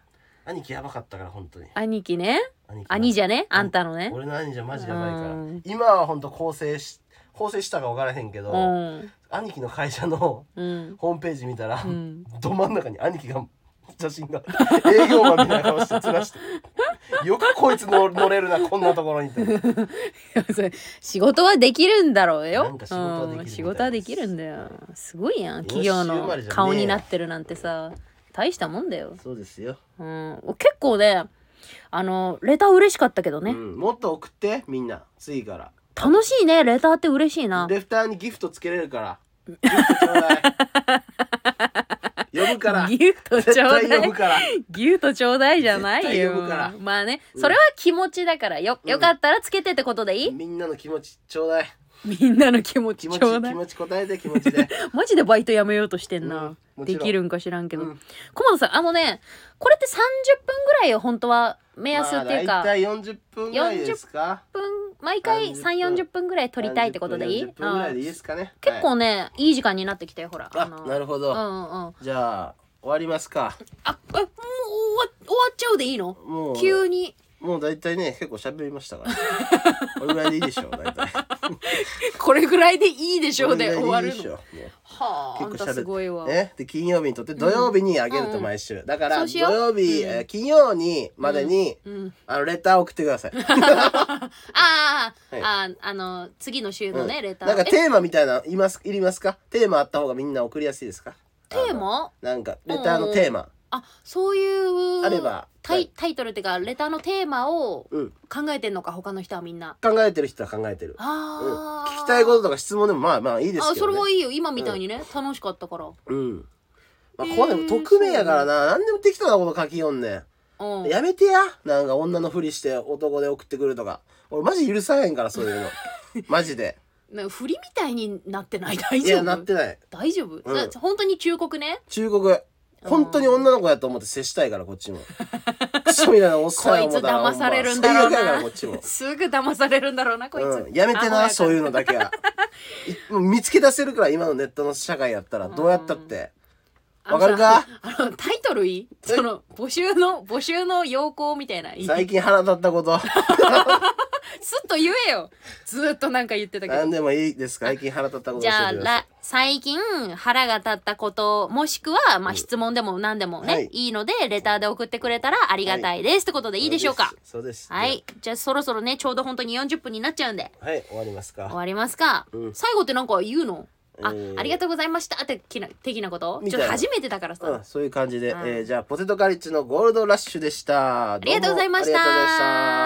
S1: あ
S2: うん、兄貴やばかったから本当に
S1: あ兄貴ね
S2: 兄貴
S1: 兄じゃねあんたのね
S2: 俺の兄じゃマジやばいから
S1: うん
S2: 今は本当構成し構成したか分からへんけど、
S1: うん
S2: 兄貴の会社の [laughs]
S1: うん
S2: ホームページ見たら、
S1: うん
S2: ど真ん中に兄貴が写真が営業マンみたいな顔してずらしてよくこいつの乗れるなこんなところにって
S1: [laughs] それ仕事はできるんだろうよ
S2: なんか仕事はできるみたい
S1: うん、
S2: です
S1: 仕事はできるんだよすごいやん企業
S2: よし生まれ
S1: の
S2: じゃねえ
S1: 顔になってるなんてさ大したもんだよ
S2: そうですよ、
S1: うん、結構ねあのレター嬉しかったけどね、
S2: うんもっと送ってみんな次から
S1: 楽しいねレターって嬉しいな
S2: レフターにギフトつけれ
S1: [laughs]
S2: るからギフトちょうだい呼ぶから
S1: ギフト
S2: 絶
S1: ちょうだ
S2: 対呼
S1: い
S2: ぶから
S1: ギフトちょうだいじゃないよ
S2: 絶対呼ぶから
S1: まあね
S2: うん
S1: それは気持ちだからよ
S2: うん
S1: よかったらつけてってことでいい、
S2: みんなの気持ちちょうだい
S1: みんなの気持
S2: 気
S1: ち
S2: 持ち
S1: ちょうだ
S2: 気
S1: い
S2: 持ち答えて気持ちで
S1: マジでバイトやめようとしてん
S2: うん
S1: な、
S2: もち
S1: で
S2: ろん
S1: きるんか知らんけど、
S2: うん
S1: 駒田さんあのねこれって30分ぐらいを本当は [laughs] 目安っていう
S2: まあ
S1: か、
S2: 大体40分ぐらいですか
S1: 分毎回3 40分ぐらい撮りたいってことでいい
S2: 30分ぐらいでいいですかね
S1: 結構ね、い、い時間になってきたよほら
S2: はい
S1: の
S2: あなるほ
S1: うんう
S2: ど
S1: んうん
S2: じゃあ終わりますか
S1: あ、え、もう終わ終わっちゃうでいいの
S2: もう
S1: 急に。 [laughs]
S2: もう大体ね結構喋りましたからこれぐらいでいいでしょう大体
S1: [laughs] これぐらいでいいでしょうで終わ
S2: これぐらいでい
S1: る
S2: いでしょ
S1: の。
S2: うもう
S1: はあ、あん
S2: 結構
S1: たすごいわ。
S2: ね、で金曜日にとって土曜日にあげる
S1: うんう
S2: と
S1: ん
S2: 毎週、だから
S1: そ
S2: 土
S1: うしよう
S2: 曜日、
S1: うん
S2: えー金曜にまでに、
S1: うん。
S2: あのレター送ってく
S1: [laughs]
S2: ださい、
S1: ああ、
S2: はい
S1: あーあの、次の週
S2: う
S1: の
S2: ん
S1: ね、レター。
S2: なんか
S1: え
S2: テーマみたいなのいますいりますかテーマあった方がみんな送りやすいですか
S1: テー
S2: あの
S1: マ
S2: なんかレターのテーマ
S1: あ、そういう。
S2: あれば
S1: タ
S2: はい
S1: イタイトルっていうか、レターのテーマを
S2: うん
S1: 考えてんのか、他の人はみんな。
S2: 考えてる人は考えてる、うん、
S1: ああ。
S2: 聞きたいこととか質問でもまあまあいいです
S1: あ、
S2: け
S1: そ
S2: ど、
S1: れ
S2: ね、
S1: はいいよ。今みたいにね、楽しかったから。
S2: うんまあ
S1: え
S2: こ
S1: ー
S2: こでも匿名やからな、何でも適当なこと書きよんねん
S1: うん。
S2: やめてやなんか女のふりして男で送ってくるとか俺マジ許さへんからそ
S1: [laughs]
S2: ういうのマジで
S1: なんか振りみたいになってない。 [laughs] 大
S2: い
S1: 丈
S2: やなっ
S1: 夫
S2: てない
S1: 大丈夫、
S2: うん
S1: それ本当に忠告ね。
S2: 中国本当に女の子やと思って接したいからこっ
S1: [laughs]
S2: ちもクソみたいなおっさん
S1: こ
S2: や
S1: いつ
S2: 思ったら
S1: 騙されるんだ
S2: 最
S1: ろう
S2: 悪やから
S1: な
S2: こっち
S1: [laughs]
S2: も
S1: すぐ騙されるんだろうなこいつ、
S2: うん、やめてなそういう
S1: の
S2: のだけはいもう見つけ出せるから今のネットの社会やったらどうやったってわかるか
S1: あのタイトルいいその募集の募集の要項みたいないい
S2: 最近腹立ったこと
S1: すっと言えよずーっとなんか言ってたけど
S2: 何でもいいですか最近腹立ったこと
S1: じ
S2: 教え
S1: ゃあ
S2: てください
S1: ら最近腹が立ったこともしくは、まあ、質問でも何でもね、
S2: はいい、
S1: いのでレターで送ってくれたらありがたいです、ってことでいいでしょうか
S2: そうですそうです
S1: はいじゃあそろそろねちょうど本当に40分になっちゃうんで
S2: はい終わります
S1: 終
S2: か
S1: わりますか、
S2: うん
S1: 最後ってなんか言うのあ、
S2: うん
S1: ありがとうございましたってきな的なこと
S2: み
S1: ち
S2: た
S1: ょ
S2: い
S1: っ
S2: な
S1: と初めてだからさ、
S2: うんそういう感じで
S1: はい
S2: えーじゃあポテトカリッジのゴールドラッシュでしたあ
S1: りがとうございました
S2: ありがとうございました